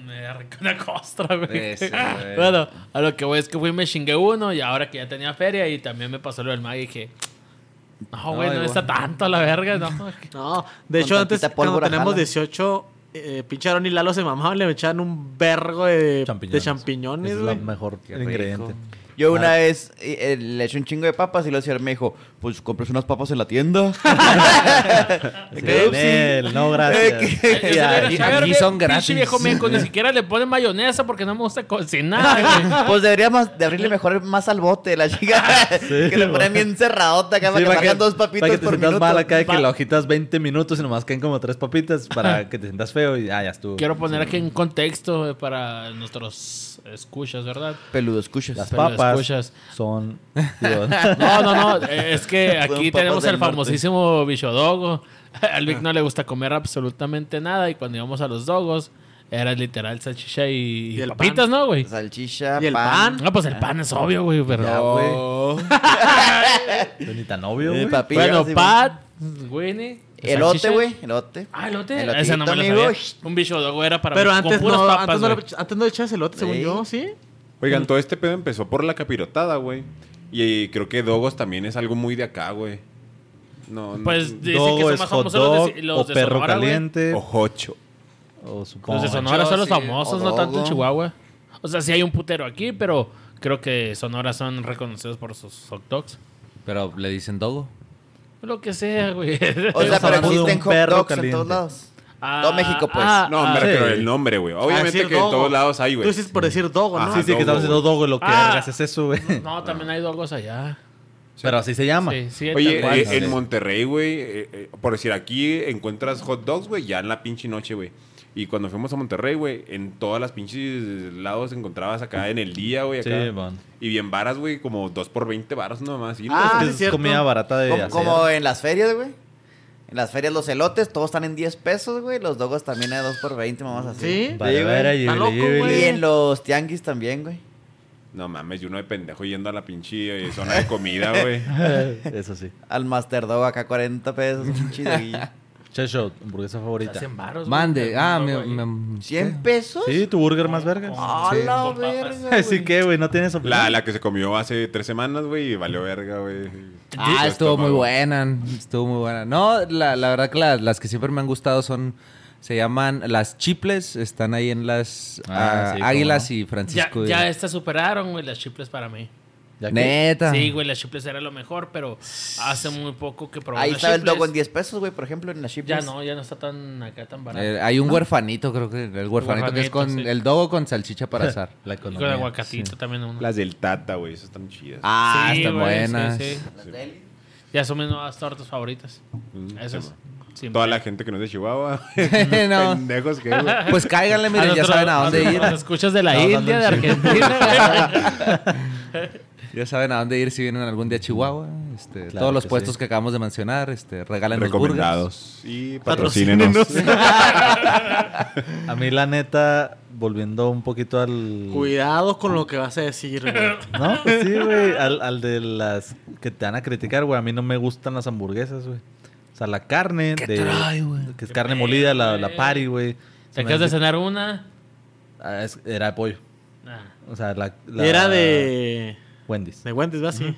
Speaker 5: Me arrancó una costra, güey.
Speaker 2: Ese, güey.
Speaker 5: Bueno, a lo que voy es que fui y me chingué uno y ahora que ya tenía feria y también me pasó lo del mag y dije, no, güey, no,
Speaker 2: Ay, güey.
Speaker 5: está tanto a la verga, no.
Speaker 4: No, de
Speaker 6: Con
Speaker 4: hecho antes
Speaker 6: tantita
Speaker 4: cuando
Speaker 6: pólvora
Speaker 4: teníamos
Speaker 6: jala.
Speaker 4: 18 eh, pinche Aaron y Lalo se mamaban, le echaban un vergo de champiñones, de champiñones
Speaker 3: es
Speaker 4: güey.
Speaker 3: la mejor
Speaker 2: Qué rico.
Speaker 3: ingrediente.
Speaker 6: Yo una
Speaker 3: Ah.
Speaker 6: vez eh, eh, le eché un chingo de papas y luego el señor me dijo, pues compras unas papas en la tienda.
Speaker 3: Sí,
Speaker 6: ¿Qué?
Speaker 3: en él, no, gracias.
Speaker 5: Yo se lo
Speaker 3: Ya,
Speaker 5: hubiera
Speaker 2: aquí-
Speaker 5: echado,
Speaker 2: aquí
Speaker 5: güey,
Speaker 2: son
Speaker 5: pinche
Speaker 2: gratis.
Speaker 5: viejo meco, ni siquiera le ponen mayonesa porque no me gusta cocinar, güey.
Speaker 6: Pues deberíamos de abrirle mejor más al bote, la chica. que le ponen bien cerradota acá para
Speaker 3: Sí,
Speaker 6: que
Speaker 3: para
Speaker 6: salgan dos papitas
Speaker 3: para que te
Speaker 6: por
Speaker 3: sientas
Speaker 6: minuto.
Speaker 3: mal acá de que
Speaker 5: Va-
Speaker 3: lo agitas 20 minutos y nomás caen como tres papitas para que te sientas feo y ah, ya estuvo.
Speaker 5: Quiero poner aquí en contexto güey, para nuestros escuchas, ¿verdad?
Speaker 6: Peludo, escuchas.
Speaker 3: Las
Speaker 5: Pero
Speaker 3: papas
Speaker 5: escuchas.
Speaker 3: son...
Speaker 5: No, no, no. eh, Es que
Speaker 6: Son
Speaker 5: aquí
Speaker 6: papas
Speaker 5: tenemos
Speaker 6: del
Speaker 5: el
Speaker 6: norte.
Speaker 5: famosísimo bichodogo. Al Vic no le gusta comer absolutamente nada. Y cuando íbamos a los dogos, era literal salchicha y,
Speaker 4: Y el
Speaker 5: papitas,
Speaker 4: pan.
Speaker 5: ¿no, güey?
Speaker 6: Salchicha,
Speaker 4: ¿Y el pan?
Speaker 5: No, pues el pan es obvio, güey, pero...
Speaker 3: Ya, güey.
Speaker 6: Oh.
Speaker 3: Yo ni tan obvio,
Speaker 6: Eh,
Speaker 3: güey.
Speaker 6: papi.
Speaker 5: bueno,
Speaker 6: Sí,
Speaker 5: Pat, Winnie,
Speaker 6: Elote,
Speaker 5: salchicha?
Speaker 6: güey. Elote.
Speaker 5: Ah, elote.
Speaker 6: Elotito,
Speaker 5: Esa no me la
Speaker 6: amigo.
Speaker 5: sabía. Un bicho de era para
Speaker 4: Pero
Speaker 5: mí,
Speaker 4: antes
Speaker 5: con puras
Speaker 4: no,
Speaker 5: papas,
Speaker 4: antes, no
Speaker 5: güey.
Speaker 4: le- antes no le echabas elote, según
Speaker 6: Sí.
Speaker 4: yo, ¿sí?
Speaker 1: Oigan, todo este pedo empezó por la capirotada, güey. Y eh, creo que Dogos también es algo muy de acá, güey. No, no.
Speaker 5: Pues dicen que
Speaker 3: Dogo
Speaker 5: son
Speaker 3: es
Speaker 5: más
Speaker 3: hot
Speaker 5: famosos los
Speaker 3: dog
Speaker 5: de,
Speaker 3: o
Speaker 5: los de
Speaker 3: perro
Speaker 5: Sonora, güey.
Speaker 3: caliente.
Speaker 1: Ojocho.
Speaker 3: O supongo.
Speaker 5: Oh. Los de
Speaker 6: Oh,
Speaker 5: Sonora son los
Speaker 6: sí,
Speaker 5: famosos, no tanto en
Speaker 6: Odogo.
Speaker 5: Chihuahua. O sea, sí hay un putero aquí, pero creo que Sonora son reconocidos por sus hot dogs.
Speaker 2: Pero le dicen dogo.
Speaker 5: Lo que sea, güey.
Speaker 6: O sea,
Speaker 3: Estamos
Speaker 6: pero
Speaker 3: hablando de
Speaker 6: existen
Speaker 3: un
Speaker 6: hot
Speaker 3: perro
Speaker 6: dogs en
Speaker 3: caliente.
Speaker 6: todos lados.
Speaker 5: Ah,
Speaker 6: todo México, pues.
Speaker 5: ah,
Speaker 1: No, me
Speaker 5: ah,
Speaker 1: refiero
Speaker 3: sí.
Speaker 1: el nombre, güey.
Speaker 4: A
Speaker 1: Obviamente
Speaker 4: decir
Speaker 1: que en
Speaker 4: dogo.
Speaker 1: todos lados hay,
Speaker 4: Ah, Tú
Speaker 1: güey.
Speaker 4: dices por decir dogo, ¿no?
Speaker 1: Ajá.
Speaker 3: Sí, sí,
Speaker 1: dogo,
Speaker 3: que estamos haciendo
Speaker 1: güey.
Speaker 3: Ah, dogo, lo que
Speaker 5: Ah.
Speaker 3: vergas es eso, güey.
Speaker 5: No, también hay dogos allá.
Speaker 3: Pero así se llama.
Speaker 5: Sí, sí,
Speaker 1: Oye,
Speaker 5: tal cual.
Speaker 1: eh,
Speaker 2: sí.
Speaker 1: en Monterrey, güey, eh, eh, por decir, aquí encuentras hot dogs, güey, ya en la pinche noche, güey. Y cuando fuimos a Monterrey, güey, en todas las pinches lados encontrabas acá en el día, güey, acá.
Speaker 3: Sí, man.
Speaker 1: Y bien varas, güey, como dos por 20 varas nomás. Y,
Speaker 4: Ah,
Speaker 1: güey,
Speaker 3: Que
Speaker 4: sí,
Speaker 3: es
Speaker 4: cierto.
Speaker 3: comida barata de
Speaker 6: Como,
Speaker 3: hacer.
Speaker 6: como en las ferias, güey. En las ferias los elotes, todos están en 10 pesos, güey. Los dogos también a 2 por 20, mamás así.
Speaker 4: ¿Sí?
Speaker 3: Vale,
Speaker 6: Sí, güey.
Speaker 3: vera, y-
Speaker 4: Está loco,
Speaker 3: y-
Speaker 4: güey.
Speaker 6: Y en los tianguis también, güey.
Speaker 1: No mames, y uno de pendejo yendo a la pinche eh, zona de comida, güey.
Speaker 3: Eso sí.
Speaker 6: Al Master Dog acá 40 pesos, un chido.
Speaker 3: Checho, hamburguesa
Speaker 5: Se
Speaker 3: favorita.
Speaker 5: hacen varos, güey.
Speaker 2: Mande. Ah, me,
Speaker 5: Dogo ahí.
Speaker 2: me-
Speaker 6: ¿100 pesos?
Speaker 3: Sí, tu burger más vergas.
Speaker 6: A
Speaker 2: Sí.
Speaker 6: la
Speaker 5: Con papas.
Speaker 6: verga,
Speaker 3: Así
Speaker 6: güey.
Speaker 3: que, güey, no tienes opinión.
Speaker 1: La, la que se comió hace tres semanas, güey, y valió verga, güey.
Speaker 2: Ah,
Speaker 1: Su
Speaker 2: estuvo muy
Speaker 1: estómago.
Speaker 2: buena. Estuvo muy buena. No, la, la verdad que las, las que siempre me han gustado son. Se llaman las chiples. Están ahí en las
Speaker 3: Ah,
Speaker 2: ah,
Speaker 3: sí,
Speaker 2: Águilas
Speaker 3: cómo
Speaker 2: y
Speaker 5: Ya,
Speaker 2: Francisco.
Speaker 5: ya
Speaker 2: de-
Speaker 5: estas superaron, güey, las chiples para mí.
Speaker 3: Ya que-
Speaker 2: Neta.
Speaker 5: Sí, güey, las chiples era lo mejor, pero hace muy poco que probé
Speaker 6: Ahí
Speaker 5: las
Speaker 6: estaba el
Speaker 5: chiples.
Speaker 6: dogo en 10 pesos, güey, por ejemplo, en las
Speaker 5: Ya
Speaker 6: Shippers.
Speaker 5: no, ya no está tan acá tan barato.
Speaker 2: Eh, hay un huerfanito, creo que. El huerfanito que es
Speaker 5: Huerfanito,
Speaker 2: con.
Speaker 5: sí.
Speaker 2: El dogo con salchicha para asar.
Speaker 3: La
Speaker 5: y
Speaker 3: economía.
Speaker 5: con aguacatito también uno.
Speaker 1: Las del Tata, güey, esas están chidas.
Speaker 2: Ah,
Speaker 5: Sí,
Speaker 2: están
Speaker 5: güey,
Speaker 2: buenas.
Speaker 5: sí, sí. Ya son mis nuevas tortas favoritas. Esas. Sin
Speaker 1: Toda la
Speaker 5: pedo.
Speaker 1: gente que no es de Chihuahua.
Speaker 2: No.
Speaker 1: Pendejos que, güey.
Speaker 2: Pues cáiganle, miren, ya
Speaker 5: nosotros-
Speaker 2: saben a dónde
Speaker 5: nosotros
Speaker 2: ir.
Speaker 5: Nos escuchas de la
Speaker 3: Estamos
Speaker 5: India, de
Speaker 3: hablando en
Speaker 5: Argentina.
Speaker 2: Ya saben a dónde ir si vienen algún día a Chihuahua. Este,
Speaker 3: Claro
Speaker 2: todos los
Speaker 3: que
Speaker 2: puestos
Speaker 3: sí.
Speaker 2: que acabamos de mencionar, este, regalen los burgers.
Speaker 1: Recomendados. Y patrocínenos.
Speaker 3: A mí, la neta, volviendo un poquito al.
Speaker 4: Cuidado con lo que vas a decir, güey.
Speaker 3: No, sí, güey. Al, al de las que te van a criticar, güey. A mí no me gustan las hamburguesas, güey. O sea, la carne.
Speaker 2: ¿Qué
Speaker 3: de,
Speaker 2: trae, güey?
Speaker 3: Que es carne
Speaker 5: pedo,
Speaker 3: molida, la, la
Speaker 5: güey?
Speaker 3: pari, güey.
Speaker 5: ¿Te
Speaker 3: Se me
Speaker 5: acabas de
Speaker 3: hace-
Speaker 5: cenar una?
Speaker 3: Ah, es- Era de pollo.
Speaker 5: Nah.
Speaker 3: O sea, la, la-
Speaker 4: Era de...
Speaker 3: Wendy's.
Speaker 4: De Wendy's, ¿verdad? Sí.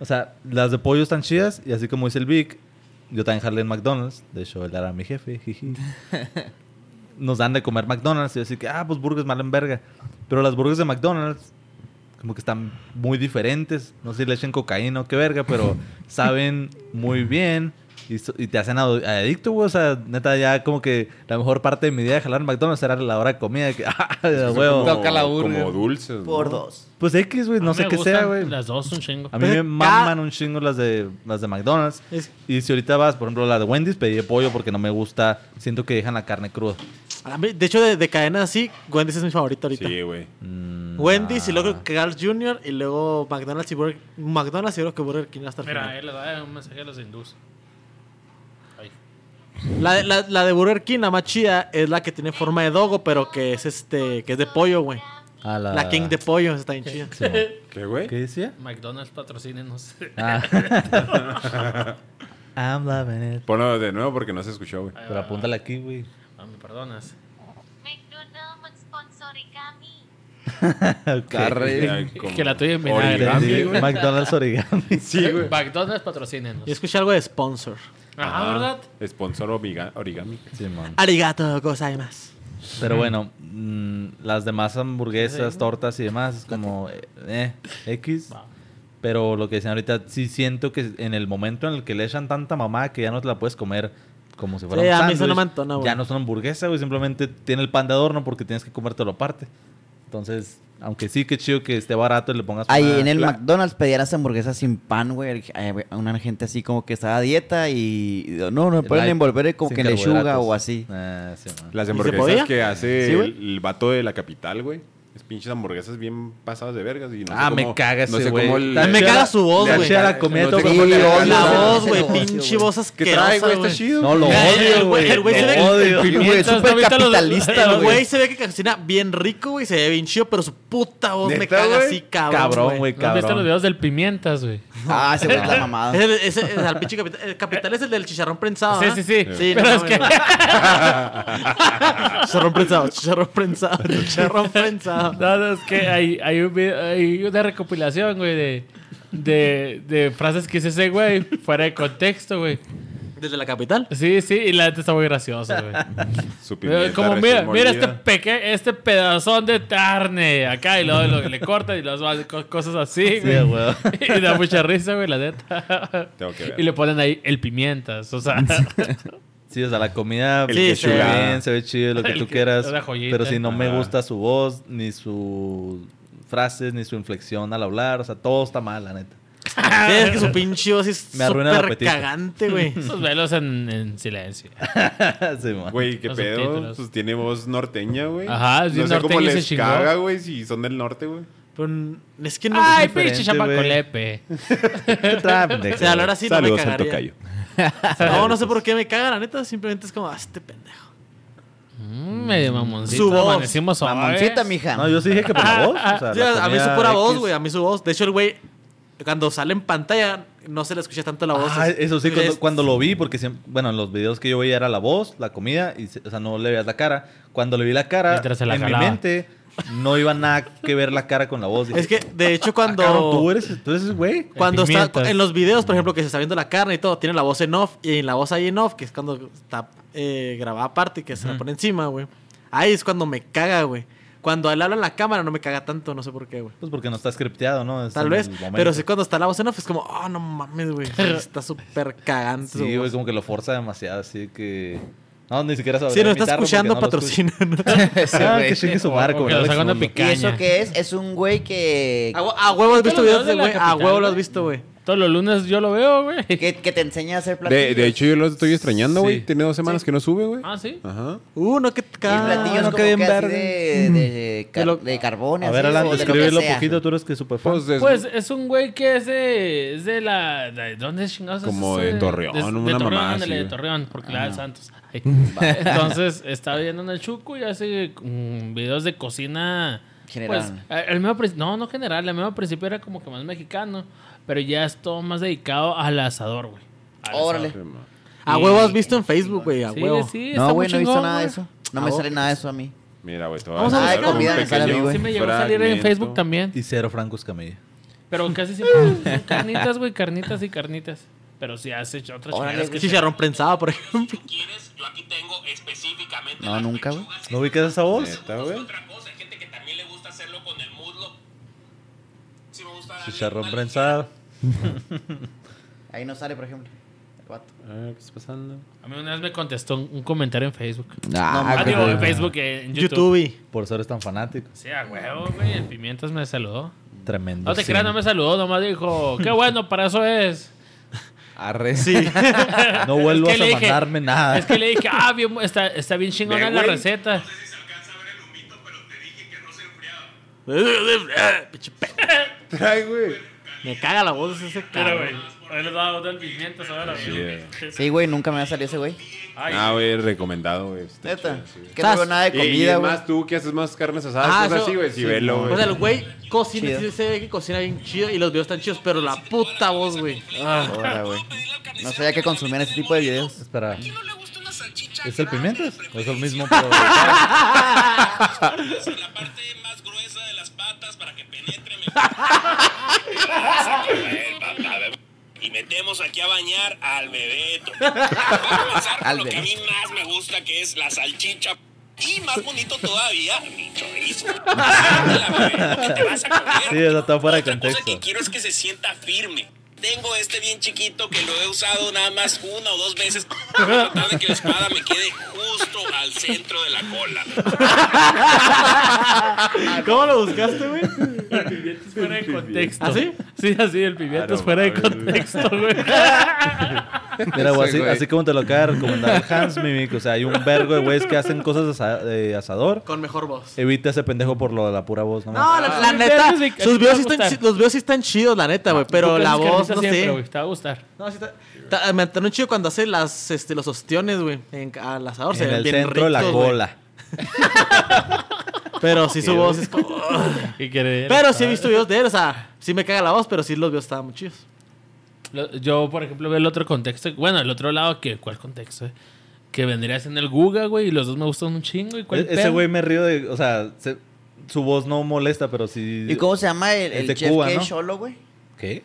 Speaker 3: O sea, las de pollo están chidas. Y así como dice el Vic, yo también jalé en McDonald's. De hecho, él era mi jefe. jiji. Nos dan de comer McDonald's. Y yo así que, ah, pues burgers mal en verga. Pero las burgers de McDonald's, como que están muy diferentes. No sé si le echen cocaína o qué verga, pero saben muy bien. Y, so- y te hacen ado- adicto, güey. O sea, neta, ya como que la mejor parte de mi día de jalar en McDonald's era la hora de comida. Que, ah,
Speaker 1: Son
Speaker 3: huevo.
Speaker 1: como-
Speaker 2: Toca la burger.
Speaker 1: Como dulces.
Speaker 6: Por
Speaker 1: ¿no?
Speaker 6: dos.
Speaker 3: Pues X, güey,
Speaker 5: A
Speaker 3: no
Speaker 5: mí
Speaker 3: sé
Speaker 5: me
Speaker 3: qué sea,
Speaker 5: gustan
Speaker 3: güey.
Speaker 5: las dos un chingo.
Speaker 3: A mí me
Speaker 4: Pues,
Speaker 3: maman
Speaker 4: ca-
Speaker 3: un chingo las de las de McDonald's.
Speaker 4: Es-
Speaker 3: Y si ahorita vas, por ejemplo, la de Wendy's, pedí pollo porque no me gusta. Siento que dejan la carne cruda.
Speaker 4: A mí- De hecho, de, de cadena así, Wendy's es mi favorito ahorita.
Speaker 1: Sí, güey.
Speaker 3: Mm,
Speaker 4: Wendy's y
Speaker 3: ah,
Speaker 4: luego Carl Jr. y luego McDonald's y Burger, McDonald's y creo que Burger King hasta el
Speaker 5: Mira, eh.
Speaker 4: final.
Speaker 5: él le da un mensaje a los hindús. Ay.
Speaker 4: La, de- la, la de Burger King, la más chida, es la que tiene forma de dogo, pero que es este, que es de pollo, güey.
Speaker 3: A la...
Speaker 4: La King de pollo, esa está bien chida.
Speaker 3: Sí, mo.
Speaker 1: ¿Qué, güey?
Speaker 3: ¿Qué decía?
Speaker 5: McDonald's patrocínenos.
Speaker 3: Ah. I'm loving it.
Speaker 1: Ponlo de nuevo porque no se escuchó, güey.
Speaker 3: Pero apúntale aquí, güey.
Speaker 5: Ah, me perdonas.
Speaker 7: McDonald's mag-sponsori kami.
Speaker 3: Ok.
Speaker 2: Carre-
Speaker 1: Ay, como-
Speaker 5: Que la tuya en vinagre.
Speaker 1: Origami,
Speaker 3: Entendí.
Speaker 1: güey.
Speaker 3: McDonald's origami.
Speaker 1: Sí, güey.
Speaker 5: McDonald's patrocínenos.
Speaker 4: Yo escuché algo de sponsor.
Speaker 5: Ajá, Ah, ¿verdad?
Speaker 1: Sponsor origa- origami.
Speaker 3: Sí, man.
Speaker 4: Arigato, cosa más.
Speaker 3: Pero bueno, mm, las demás hamburguesas, tortas y demás, es como eh, eh, X. Pero lo que decían ahorita, sí siento que en el momento en el que le echan tanta mamá que ya no te la puedes comer como si fuera
Speaker 4: Sí,
Speaker 3: un
Speaker 4: a mí eso no
Speaker 3: sándwich,
Speaker 4: me entona, güey.
Speaker 3: Ya no son hamburguesa, güey. Simplemente tiene el pan de adorno porque tienes que comértelo aparte. Entonces, aunque sí, que chido que esté barato y le pongas.
Speaker 6: Ahí
Speaker 3: una-
Speaker 6: en el McDonald's pedían las hamburguesas sin pan, güey. Ay, güey, Una gente así como que estaba a dieta y... y No, no, pueden
Speaker 3: light,
Speaker 6: envolver como
Speaker 3: sin
Speaker 6: que lechuga
Speaker 3: carbohidratos.
Speaker 6: o así.
Speaker 3: Ah, sí, man.
Speaker 1: Las
Speaker 4: podía?
Speaker 1: hamburguesas que hace
Speaker 6: Sí,
Speaker 1: el,
Speaker 6: güey.
Speaker 1: el vato de la capital, güey. Es pinches hamburguesas bien pasadas de vergas. Y no sé
Speaker 3: Ah, me
Speaker 1: cómo-
Speaker 3: caga
Speaker 1: no
Speaker 3: ese
Speaker 1: sé cómo
Speaker 3: güey. Ah,
Speaker 1: el-
Speaker 4: También me caga su voz,
Speaker 3: Le
Speaker 4: güey.
Speaker 3: hacía la comida
Speaker 1: No
Speaker 3: y todo
Speaker 1: sé
Speaker 6: sí,
Speaker 1: cómo le-
Speaker 6: odio
Speaker 4: La
Speaker 6: no,
Speaker 4: voz,
Speaker 6: ese
Speaker 4: güey.
Speaker 6: negocio,
Speaker 4: Pinche
Speaker 6: güey.
Speaker 4: voz
Speaker 1: ¿Qué trae,
Speaker 4: asquerosa,
Speaker 1: güey? Está
Speaker 4: güey.
Speaker 1: chido.
Speaker 3: No, lo
Speaker 4: Ya, el
Speaker 3: odio,
Speaker 4: güey-
Speaker 3: güey.
Speaker 4: el güey se
Speaker 3: Lo
Speaker 4: ve-
Speaker 3: odio.
Speaker 6: Güey,
Speaker 5: Pimientas, no
Speaker 6: súper
Speaker 5: ahorita los-
Speaker 6: capitalista,
Speaker 4: El
Speaker 6: güey.
Speaker 4: güey se ve que cocina bien rico, güey. Se ve bien chido, pero su puta voz me
Speaker 1: ¿Neta,
Speaker 4: caga
Speaker 1: güey?
Speaker 4: así, cabrón.
Speaker 3: Cabrón, güey,
Speaker 5: ¿No ¿Has visto los
Speaker 3: cabrón.
Speaker 5: videos del Pimientas, güey?
Speaker 6: Ah, ese güey es la
Speaker 4: Es
Speaker 6: mamada.
Speaker 4: el, es el- es el pinche capital. El capital es el del chicharrón prensado.
Speaker 5: Sí,
Speaker 4: ¿ah?
Speaker 5: sí, sí.
Speaker 4: Sí,
Speaker 5: Pero
Speaker 4: no
Speaker 5: es que...
Speaker 4: mames, Chicharrón prensado, chicharrón prensado, chicharrón prensado.
Speaker 5: No, no, es que hay, hay, un video- hay una recopilación, güey, de, de, de frases que dice ese güey fuera de contexto, güey.
Speaker 4: ¿Desde la capital?
Speaker 5: Sí, sí, y la neta está muy graciosa, güey.
Speaker 1: Su pimienta
Speaker 5: Eh, Como, mira,
Speaker 1: recién
Speaker 5: mira este,
Speaker 1: molida.
Speaker 5: peque, este pedazón de carne acá y luego lo, le cortan y las cosas así, güey.
Speaker 3: güey.
Speaker 5: y da mucha risa, güey, la neta.
Speaker 1: Tengo que ver.
Speaker 5: Y le ponen ahí el pimientas, o sea,
Speaker 3: Sí, o sea, la comida
Speaker 1: El
Speaker 4: que
Speaker 3: se ve
Speaker 1: chulada.
Speaker 3: bien, se ve chido, lo que
Speaker 5: El
Speaker 3: tú
Speaker 5: que-
Speaker 3: quieras.
Speaker 5: una joyita.
Speaker 3: Pero si no me
Speaker 1: Ajá.
Speaker 3: gusta su voz, ni sus frases, ni su inflexión al hablar, o sea, todo está mal, la neta.
Speaker 4: Sí, es que su pinche voz es
Speaker 3: Me arruina el
Speaker 4: súper
Speaker 3: apetito.
Speaker 4: cagante, güey.
Speaker 5: esos velos en, en silencio.
Speaker 3: Sí, man.
Speaker 1: Güey, qué
Speaker 5: Los
Speaker 1: pedo.
Speaker 5: subtítulos.
Speaker 1: Pues tiene voz norteña, güey.
Speaker 5: Ajá, sí,
Speaker 1: No sé cómo
Speaker 5: norteño y se
Speaker 1: les
Speaker 5: chingó.
Speaker 1: caga, güey, si son del norte, güey.
Speaker 4: Pero n- es que no.
Speaker 5: Ay,
Speaker 3: diferente,
Speaker 5: pinche chamaco
Speaker 3: güey.
Speaker 5: lepe.
Speaker 3: ¿Qué trae, pendejo?
Speaker 4: o sea, hablar así no me
Speaker 1: Saludos, Santo
Speaker 4: cagaría.
Speaker 1: Cayo.
Speaker 4: No, no sé por qué me caga, la neta. Simplemente es como, ah, este pendejo.
Speaker 5: Mm, medio mamoncito.
Speaker 4: Su voz.
Speaker 5: Amanecimos suaves.
Speaker 6: Mamoncita, mija.
Speaker 3: No, yo sí dije que por la voz. o sea,
Speaker 4: Sí,
Speaker 3: la
Speaker 4: a a mí su
Speaker 3: comida
Speaker 4: pura voz,
Speaker 3: X.
Speaker 4: güey. A mí su voz. De hecho, el güey, cuando sale en pantalla, no se le escucha tanto la voz.
Speaker 3: Ah,
Speaker 4: Es-
Speaker 3: eso sí, cuando,
Speaker 4: es-
Speaker 3: cuando lo vi, porque siempre, bueno, en los videos que yo veía era la voz, la comida, y, se- o sea, no le veías la cara. Cuando le vi la cara,
Speaker 5: Mientras se la
Speaker 3: en mi
Speaker 5: jalaba.
Speaker 3: mente no iba nada que ver la cara con la voz. Dije,
Speaker 4: Es que, de hecho,
Speaker 3: "Ah, cabrón, tú
Speaker 4: cuando.
Speaker 3: eres, tú eres ese güey.
Speaker 4: Cuando está
Speaker 5: Pimientas.
Speaker 4: en los videos, por ejemplo, que se está viendo la carne y todo, tiene la voz en off. Y en la voz ahí en off, que es cuando está eh, grabada aparte y que se la pone encima, güey. Ahí es cuando me caga, güey. Cuando él habla en la cámara no me caga tanto, no sé por qué, güey.
Speaker 3: Pues porque no está scripteado, ¿no? Es
Speaker 4: Tal
Speaker 3: en
Speaker 4: vez,
Speaker 3: el momento.
Speaker 4: pero sí cuando está la voz en off es como, oh, no mames, güey. Está súper cagante.
Speaker 3: Sí,
Speaker 4: su voz.
Speaker 3: güey, como que lo forza demasiado, así que. No, ni siquiera sabe.
Speaker 4: Si nos
Speaker 3: imitarlo
Speaker 4: está
Speaker 3: porque
Speaker 4: escuchando,
Speaker 3: no lo escucha.
Speaker 4: patrocina.
Speaker 6: Ese
Speaker 3: Ah,
Speaker 6: güey.
Speaker 3: que chingue su
Speaker 5: O-
Speaker 3: barco,
Speaker 5: o
Speaker 3: güey,
Speaker 5: que lo
Speaker 3: Alex
Speaker 5: sacan de
Speaker 3: Mundo.
Speaker 5: picar.
Speaker 6: ¿Y eso
Speaker 5: Caña.
Speaker 6: qué es? Es un güey que,
Speaker 4: A, hue- a huevo has visto
Speaker 5: ¿Viste los
Speaker 4: videos de
Speaker 5: videos
Speaker 4: güey.
Speaker 5: de la
Speaker 4: A huevo
Speaker 5: capital,
Speaker 4: lo has
Speaker 5: güey?
Speaker 4: visto, güey.
Speaker 5: Todos los lunes yo lo veo, güey.
Speaker 6: que, que te enseña a hacer platillos.
Speaker 1: De, de hecho, yo los estoy extrañando, güey.
Speaker 3: Sí.
Speaker 1: Tiene dos semanas que no sube, güey.
Speaker 5: Ah, sí.
Speaker 1: Ajá.
Speaker 4: Uh, no, que
Speaker 6: Y platillos
Speaker 2: no,
Speaker 4: caga.
Speaker 2: que
Speaker 6: como que
Speaker 2: bien
Speaker 6: así
Speaker 2: verga.
Speaker 6: de, de,
Speaker 4: Que lo-
Speaker 6: car- de carbón.
Speaker 3: A ver,
Speaker 6: así,
Speaker 3: Alan,
Speaker 6: o de lo que
Speaker 3: descríbelo
Speaker 6: sea.
Speaker 3: poquito, tú eres que super fan.
Speaker 1: Pues, es-
Speaker 5: Pues es un güey que es de, es de la... de- ¿Dónde chingados es
Speaker 1: Como
Speaker 5: ese?
Speaker 1: de Torreón,
Speaker 5: de
Speaker 1: una
Speaker 5: Torreón,
Speaker 1: mamá
Speaker 5: ándale,
Speaker 1: así,
Speaker 5: de
Speaker 1: güey.
Speaker 5: Torreón, porque la de Santos. Ay. Entonces, está viendo en el Chuco y hace mm, videos de cocina...
Speaker 6: General.
Speaker 5: Pues, el mismo prin- no, no general, el mismo principio era como que más mexicano, pero ya es todo más dedicado al asador, güey. Al
Speaker 6: Órale.
Speaker 5: asador.
Speaker 4: A huevo has visto en Facebook, güey. A
Speaker 5: Sí,
Speaker 4: huevo.
Speaker 5: sí, está
Speaker 6: No,
Speaker 5: muy
Speaker 6: güey, no he visto
Speaker 5: chingón,
Speaker 6: nada de
Speaker 5: güey.
Speaker 6: eso. No
Speaker 4: A
Speaker 1: Ah,
Speaker 6: me
Speaker 4: vos.
Speaker 6: sale nada de eso a mí.
Speaker 1: Mira, güey, te voy
Speaker 4: Vamos a
Speaker 1: dar
Speaker 4: buscar
Speaker 1: un
Speaker 6: comida, me sale a mí,
Speaker 1: pequeño
Speaker 6: güey.
Speaker 5: Sí me llegó a salir en Facebook
Speaker 1: fragmento.
Speaker 5: también.
Speaker 3: Y cero Franco Escamilla.
Speaker 5: Pero casi siempre son carnitas, güey, carnitas y carnitas. Pero si has hecho otras
Speaker 6: Órale,
Speaker 5: chingaderas que...
Speaker 4: Chicharrón prensado, por ejemplo.
Speaker 8: quieres, yo aquí tengo específicamente.
Speaker 6: No,
Speaker 8: las
Speaker 6: nunca, güey.
Speaker 8: pechugas.
Speaker 3: ¿No ubicas esa voz?
Speaker 1: Neta, güey.
Speaker 8: Otra cosa, hay gente que también le gusta hacerlo con el muslo. Sí me gusta darle
Speaker 3: Chicharrón
Speaker 8: una
Speaker 3: prensado.
Speaker 6: Ahí no sale, por ejemplo. El vato.
Speaker 1: A ver, ¿qué está pasando?
Speaker 5: A mí una vez me contestó un, un comentario en Facebook.
Speaker 6: Ah,
Speaker 5: Ah,
Speaker 6: qué
Speaker 5: digo, en
Speaker 6: bueno.
Speaker 5: Facebook, eh, en YouTube.
Speaker 4: YouTube.
Speaker 3: Por ser tan fanático.
Speaker 5: Sí, a huevo, güey. El Pimientas me saludó.
Speaker 3: Tremendo.
Speaker 5: No te creas, no me saludó. Nomás dijo, qué bueno, para eso es.
Speaker 2: Arre.
Speaker 4: Sí.
Speaker 3: No vuelvas
Speaker 5: Es que le
Speaker 3: a
Speaker 5: dije-
Speaker 3: mandarme nada.
Speaker 5: Es que le dije, ah, bien, está, está bien chingona
Speaker 1: Ve,
Speaker 5: la
Speaker 1: güey.
Speaker 5: receta.
Speaker 8: No sé si se alcanza a ver el humito, pero te dije que no se enfriaba.
Speaker 4: Pinche pe-
Speaker 1: Trae, güey.
Speaker 4: Me caga la voz de ese
Speaker 5: Pero,
Speaker 4: cabrón.
Speaker 5: güey, ahí les daba otra del Pimientas ahora. güey.
Speaker 4: eh.
Speaker 6: Sí, güey, nunca me ha salido ese güey.
Speaker 5: Ay,
Speaker 1: Ah, güey, recomendado, güey. Está
Speaker 6: Neta.
Speaker 1: chido, sí, güey.
Speaker 6: Que no veo nada de
Speaker 1: Y- y
Speaker 6: comida,
Speaker 1: es
Speaker 6: güey.
Speaker 1: más tú que haces más carnes asadas,
Speaker 4: Ah,
Speaker 1: cosas
Speaker 4: eso-
Speaker 1: así, güey. Si velo,
Speaker 5: Pues,
Speaker 1: güey.
Speaker 4: O sea, el güey cocina,
Speaker 6: Chido.
Speaker 4: sí se ve que cocina bien chido y los videos están chidos, pero la puta voz, güey. Ah.
Speaker 6: Ahora, güey. No sabía que consumían ese tipo de videos.
Speaker 3: Espera.
Speaker 8: ¿No le gusta una salchicha?
Speaker 3: ¿Es el
Speaker 8: grande,
Speaker 3: pimientas? ¿O es
Speaker 8: de
Speaker 3: el
Speaker 8: preferencia
Speaker 3: mismo? Pero...
Speaker 8: en La parte más gruesa de las patas para que penetre mejor. Y metemos aquí a bañar al bebeto. Vamos a comenzar con
Speaker 6: Al
Speaker 8: lo que a mí
Speaker 6: Bebeto.
Speaker 8: más me gusta, que es la salchicha. Y más bonito todavía, mi chorizo. Bebeto, ¿qué te vas a comer?
Speaker 3: Sí, o sea, está fuera de
Speaker 8: Otra cosa que
Speaker 3: contexto.
Speaker 8: quiero es que se sienta firme. Tengo este bien chiquito que lo he usado nada más una o dos veces para tratar de que la espada me quede justo al centro de la cola.
Speaker 4: ¿Cómo lo buscaste, güey?
Speaker 5: Pimientas fuera de contexto.
Speaker 4: ¿Ah, sí?
Speaker 5: Sí, así, el Pimientas
Speaker 1: Claro,
Speaker 5: fuera de
Speaker 1: mames.
Speaker 5: contexto, güey.
Speaker 3: Mira, güey, así,
Speaker 2: güey.
Speaker 3: así como te lo acaba de recomendar Hans Mimic. O sea, hay un vergo de güeyes que hacen cosas de, asa- de asador.
Speaker 4: Con mejor voz.
Speaker 3: Evita ese pendejo por lo de la pura voz, ¿no?
Speaker 4: No, la, la
Speaker 5: sí,
Speaker 4: neta,
Speaker 5: sí, sí,
Speaker 4: sus
Speaker 5: sí,
Speaker 4: videos
Speaker 5: sí,
Speaker 4: sí están,
Speaker 5: sí,
Speaker 4: chi- los videos sí están chidos, la neta, güey. Pero
Speaker 5: Tú
Speaker 4: la
Speaker 5: conoces
Speaker 4: voz,
Speaker 5: carnitas
Speaker 4: no
Speaker 5: siempre,
Speaker 4: sé.
Speaker 5: güey, Te va a gustar.
Speaker 4: No, sí está, está- me están un chido cuando hace las, este, los ostiones, güey, en, al asador. se
Speaker 3: en
Speaker 4: ven
Speaker 3: el
Speaker 4: bien
Speaker 3: centro de la
Speaker 4: ricos, güey.
Speaker 3: cola.
Speaker 4: Pero sí su voz es como...
Speaker 5: Y que-
Speaker 4: Pero sí he visto videos de él, o sea, sí me caga la voz, pero sí los videos estaban muy chidos.
Speaker 5: Lo- Yo, por ejemplo, veo el otro contexto. Bueno, el otro lado, que ¿cuál contexto? eh? Que vendría siendo el Guga, güey, y los dos me gustan un chingo. ¿Y cuál
Speaker 3: E- Ese
Speaker 5: pedo?
Speaker 3: güey me río de. O sea, se- su voz no molesta, pero sí.
Speaker 6: ¿Y cómo se llama el,
Speaker 3: Es
Speaker 6: el
Speaker 3: de
Speaker 6: chef
Speaker 3: Cuba,
Speaker 6: que
Speaker 3: ¿no?
Speaker 6: es cholo, güey?
Speaker 3: ¿Qué?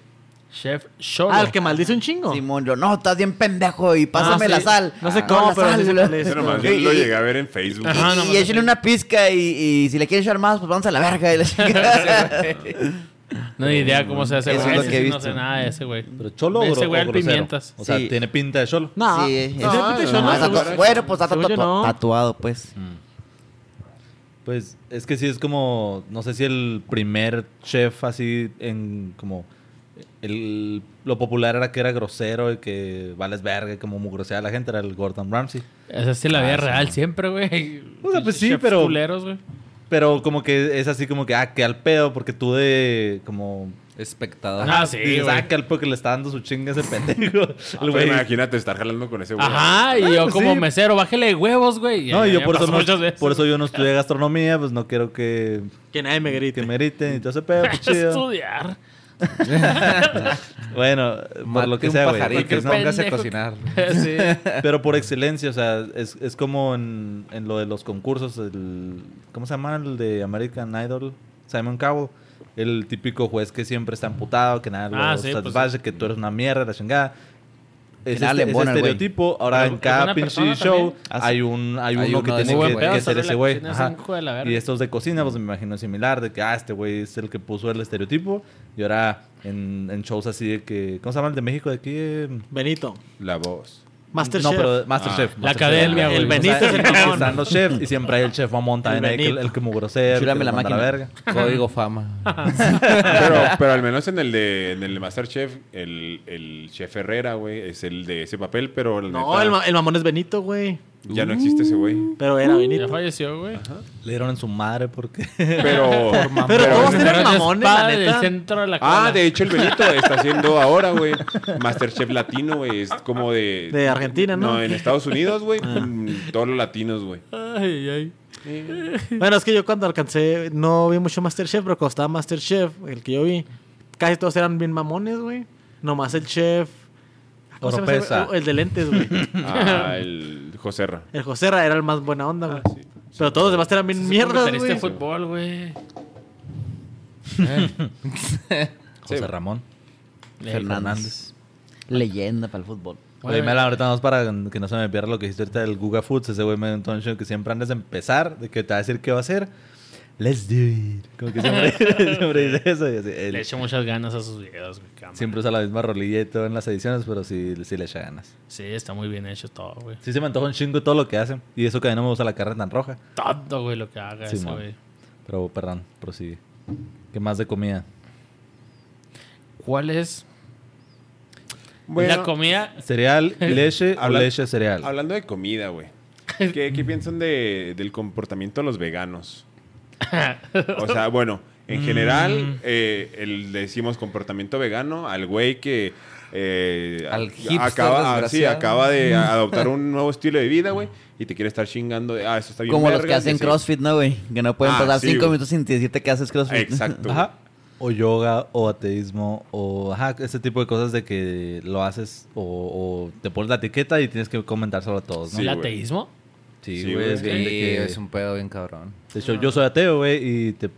Speaker 5: Chef Sholo.
Speaker 4: Ah, el que maldice un chingo.
Speaker 6: Simón, yo, no, estás bien pendejo y pásame
Speaker 4: sí.
Speaker 6: la sal.
Speaker 4: No sé
Speaker 6: Ah,
Speaker 4: cómo,
Speaker 6: la
Speaker 4: pero sí sé
Speaker 6: la-
Speaker 4: cuál es.
Speaker 1: Pero más
Speaker 6: Y-
Speaker 1: bien lo
Speaker 6: y-
Speaker 1: llegué a ver en Facebook.
Speaker 5: Ajá. no,
Speaker 6: y
Speaker 5: no,
Speaker 6: échenle
Speaker 5: no.
Speaker 6: una pizca y, y si le quieren echar más, pues vamos a la verga. Y la chingada.
Speaker 5: No ni idea cómo se hace,
Speaker 6: Eso
Speaker 5: güey.
Speaker 6: es lo
Speaker 5: Ese
Speaker 6: que he
Speaker 5: sí No
Speaker 6: visto.
Speaker 5: sé nada de ese, güey.
Speaker 3: Pero cholo o,
Speaker 5: Ese
Speaker 3: gro-
Speaker 5: güey
Speaker 3: o
Speaker 5: al
Speaker 3: grosero?
Speaker 5: pimientas.
Speaker 3: O sea,
Speaker 6: Sí.
Speaker 3: tiene pinta de cholo.
Speaker 4: No,
Speaker 6: Sí, es-
Speaker 4: no,
Speaker 6: es-
Speaker 4: yo
Speaker 6: no,
Speaker 4: no,
Speaker 6: está
Speaker 4: según-
Speaker 6: tatu- bueno, pues está
Speaker 4: según yo
Speaker 6: tatu-
Speaker 4: no.
Speaker 6: tatuado, pues.
Speaker 3: Mm. Pues es que sí es como, no sé si el primer chef así en como el, lo popular era que era grosero y que vales verga, y como muy grosera la gente, era el Gordon Ramsay.
Speaker 5: Esa sí la vida real siempre, güey.
Speaker 3: ah, O sea, pues sí,
Speaker 5: Chefs
Speaker 3: pero-
Speaker 5: culeros, güey.
Speaker 3: Pero como que es así como que, ah, que al pedo, porque tú de como...
Speaker 2: Espectador.
Speaker 5: Ah, sí,
Speaker 3: dices,
Speaker 5: güey. Ah,
Speaker 3: ah, que al pedo que le está dando su chinga a ese pendejo. El
Speaker 1: Pero
Speaker 3: güey.
Speaker 1: imagínate estar jalando con ese güey.
Speaker 5: Ajá, y
Speaker 3: Ah,
Speaker 5: yo
Speaker 3: pues
Speaker 5: como
Speaker 3: sí.
Speaker 5: mesero, bájale de huevos, güey.
Speaker 3: No, y
Speaker 5: Ya-
Speaker 3: yo
Speaker 5: ya
Speaker 3: por eso
Speaker 5: pasó muchas
Speaker 3: no,
Speaker 5: veces.
Speaker 3: por eso yo no estudié gastronomía, pues no quiero que,
Speaker 4: Que nadie me grite.
Speaker 3: que meriten y todo ese pedo. pues, chido.
Speaker 5: estudiar.
Speaker 3: Bueno, por
Speaker 2: Mate
Speaker 3: lo que
Speaker 2: un
Speaker 3: sea, güey.
Speaker 2: pajarito,
Speaker 3: Lo que
Speaker 5: Porque
Speaker 2: y
Speaker 5: es
Speaker 3: sea.
Speaker 2: póngase a
Speaker 5: pendejo.
Speaker 2: cocinar.
Speaker 5: sí.
Speaker 3: Pero por excelencia, o sea, es, es como en, en lo de los concursos, el, ¿cómo se llama? El de American Idol, Simon Cowell. El típico juez que siempre está amputado, que nada, lo
Speaker 5: Ah, sí, pues,
Speaker 3: satisface, que tú eres una mierda, la chingada. Es
Speaker 6: nada
Speaker 3: este, ese
Speaker 6: le embona al güey.
Speaker 3: estereotipo. Ahora,
Speaker 5: Pero
Speaker 3: en
Speaker 5: es buena
Speaker 3: cada pinche
Speaker 5: persona
Speaker 3: show
Speaker 5: también.
Speaker 3: hay, un, hay,
Speaker 2: Hay
Speaker 3: uno,
Speaker 2: uno
Speaker 3: que
Speaker 2: de
Speaker 3: tiene
Speaker 2: ese
Speaker 3: que,
Speaker 2: güey.
Speaker 3: que
Speaker 5: Pedo,
Speaker 3: ser
Speaker 5: sale
Speaker 3: ese
Speaker 5: la
Speaker 3: güey.
Speaker 5: cocina,
Speaker 3: Ajá.
Speaker 5: es un hijo de la verga.
Speaker 3: Y estos de cocina, pues me imagino es similar, de que, ah, este güey es el que puso el estereotipo. Y ahora en, en shows así de que, ¿cómo se llama el de México de aquí? Eh,
Speaker 4: Benito.
Speaker 1: La voz.
Speaker 4: Masterchef.
Speaker 3: no, pero Masterchef.
Speaker 5: La academia, güey.
Speaker 4: El Benito es el mamón.
Speaker 3: Están los chefs y siempre hay el chef mamón también,
Speaker 4: El
Speaker 3: hay que- el,
Speaker 4: Benito.
Speaker 3: que muy grosero.
Speaker 6: Chúrame
Speaker 3: que
Speaker 6: la
Speaker 3: lo manda a
Speaker 6: máquina.
Speaker 2: Código fama.
Speaker 1: Pero, pero al menos en el de en el Masterchef, el, el chef Herrera, güey, es el de ese papel, pero la
Speaker 4: No,
Speaker 1: neta,
Speaker 4: el, ma- el mamón es Benito, güey.
Speaker 1: ya no existe ese güey.
Speaker 4: Pero era
Speaker 5: Ya
Speaker 4: Benito.
Speaker 5: falleció, güey.
Speaker 3: Le dieron en su madre porque...
Speaker 1: Pero,
Speaker 4: Pero
Speaker 1: pero-
Speaker 4: todos eran
Speaker 5: Pero es
Speaker 4: mamones,
Speaker 5: espada
Speaker 4: la
Speaker 5: del
Speaker 4: neta.
Speaker 5: centro de la cola.
Speaker 1: Ah, de hecho el Benito está haciendo ahora, güey, Masterchef latino, güey, es como de
Speaker 4: De Argentina, ¿no? Ah.
Speaker 1: No, en Estados Unidos, güey, mm, todos los latinos, güey.
Speaker 5: Ay, ay.
Speaker 4: Bueno, es que yo cuando alcancé, no vi mucho Masterchef, pero cuando estaba Masterchef, el que yo vi, casi todos eran bien mamones, güey. Nomás el chef. ¿cómo se llama ese güey?
Speaker 3: Oropesa.
Speaker 4: El de lentes, güey.
Speaker 1: Ah, el José Ra.
Speaker 4: El José Ra era el más buena onda, güey.
Speaker 5: Ah,
Speaker 4: pero todos los demás eran bien mierdas,
Speaker 5: Comentarista de
Speaker 4: güey.
Speaker 5: este fútbol, güey.
Speaker 3: José Ramón.
Speaker 6: Fernández. Leyenda para el fútbol.
Speaker 3: Oye, Mela, ahorita vamos para que no se me pierda lo que hiciste ahorita del Guga Foods. Ese güey me dio un toncho que siempre antes de empezar, de que te va a decir qué va a hacer. Let's do it. Como que siempre, siempre dice eso. y así, él
Speaker 5: Le echo muchas ganas a sus videos, güey. cámara.
Speaker 3: siempre usa la misma rolilla y todo en las ediciones, pero sí, sí le echa ganas.
Speaker 5: Sí, está muy bien hecho todo, güey.
Speaker 3: Sí se me antoja un chingo todo lo que hacen. Y eso que a mí no me gusta la carne tan roja.
Speaker 5: Todo, güey, lo que haga
Speaker 3: Sí,
Speaker 5: ese,
Speaker 3: man.
Speaker 5: güey.
Speaker 3: Pero, perdón, prosigue. ¿Qué más de comida?
Speaker 5: ¿Cuál es
Speaker 1: Bueno,
Speaker 5: la comida?
Speaker 3: ¿Cereal, leche o
Speaker 1: Habla-
Speaker 3: leche, cereal?
Speaker 1: Hablando de comida, güey. ¿Qué, qué piensan de- del comportamiento de los veganos? O sea, bueno, en
Speaker 3: Mm.
Speaker 1: general, eh, el- le decimos comportamiento vegano al güey que... eh,
Speaker 2: Al
Speaker 1: a-
Speaker 2: hipster
Speaker 1: acaba, ah, sí,
Speaker 2: desgraciado.
Speaker 1: acaba de adoptar un nuevo estilo de vida, güey, y te quiere estar chingando. de, ah, eso está bien.
Speaker 6: Como los
Speaker 1: verga",
Speaker 6: que
Speaker 1: y
Speaker 6: hacen
Speaker 1: así.
Speaker 6: crossfit, ¿no, güey? Que no pueden
Speaker 1: Ah,
Speaker 6: pasar
Speaker 1: sí,
Speaker 6: cinco
Speaker 1: güey.
Speaker 6: minutos sin decirte que haces crossfit.
Speaker 1: Exacto.
Speaker 3: Ajá. O yoga, o ateísmo, o ajá, ese tipo de cosas de que lo haces o, o te pones la etiqueta y tienes que comentárselo a todos, ¿no?
Speaker 1: Sí,
Speaker 5: ¿El
Speaker 1: güey.
Speaker 5: ateísmo?
Speaker 3: Sí,
Speaker 1: Sí,
Speaker 3: güey.
Speaker 1: güey,
Speaker 3: es
Speaker 2: Sí,
Speaker 3: bien de que-
Speaker 2: es un pedo bien cabrón.
Speaker 3: De hecho, yo soy ateo, güey, y te...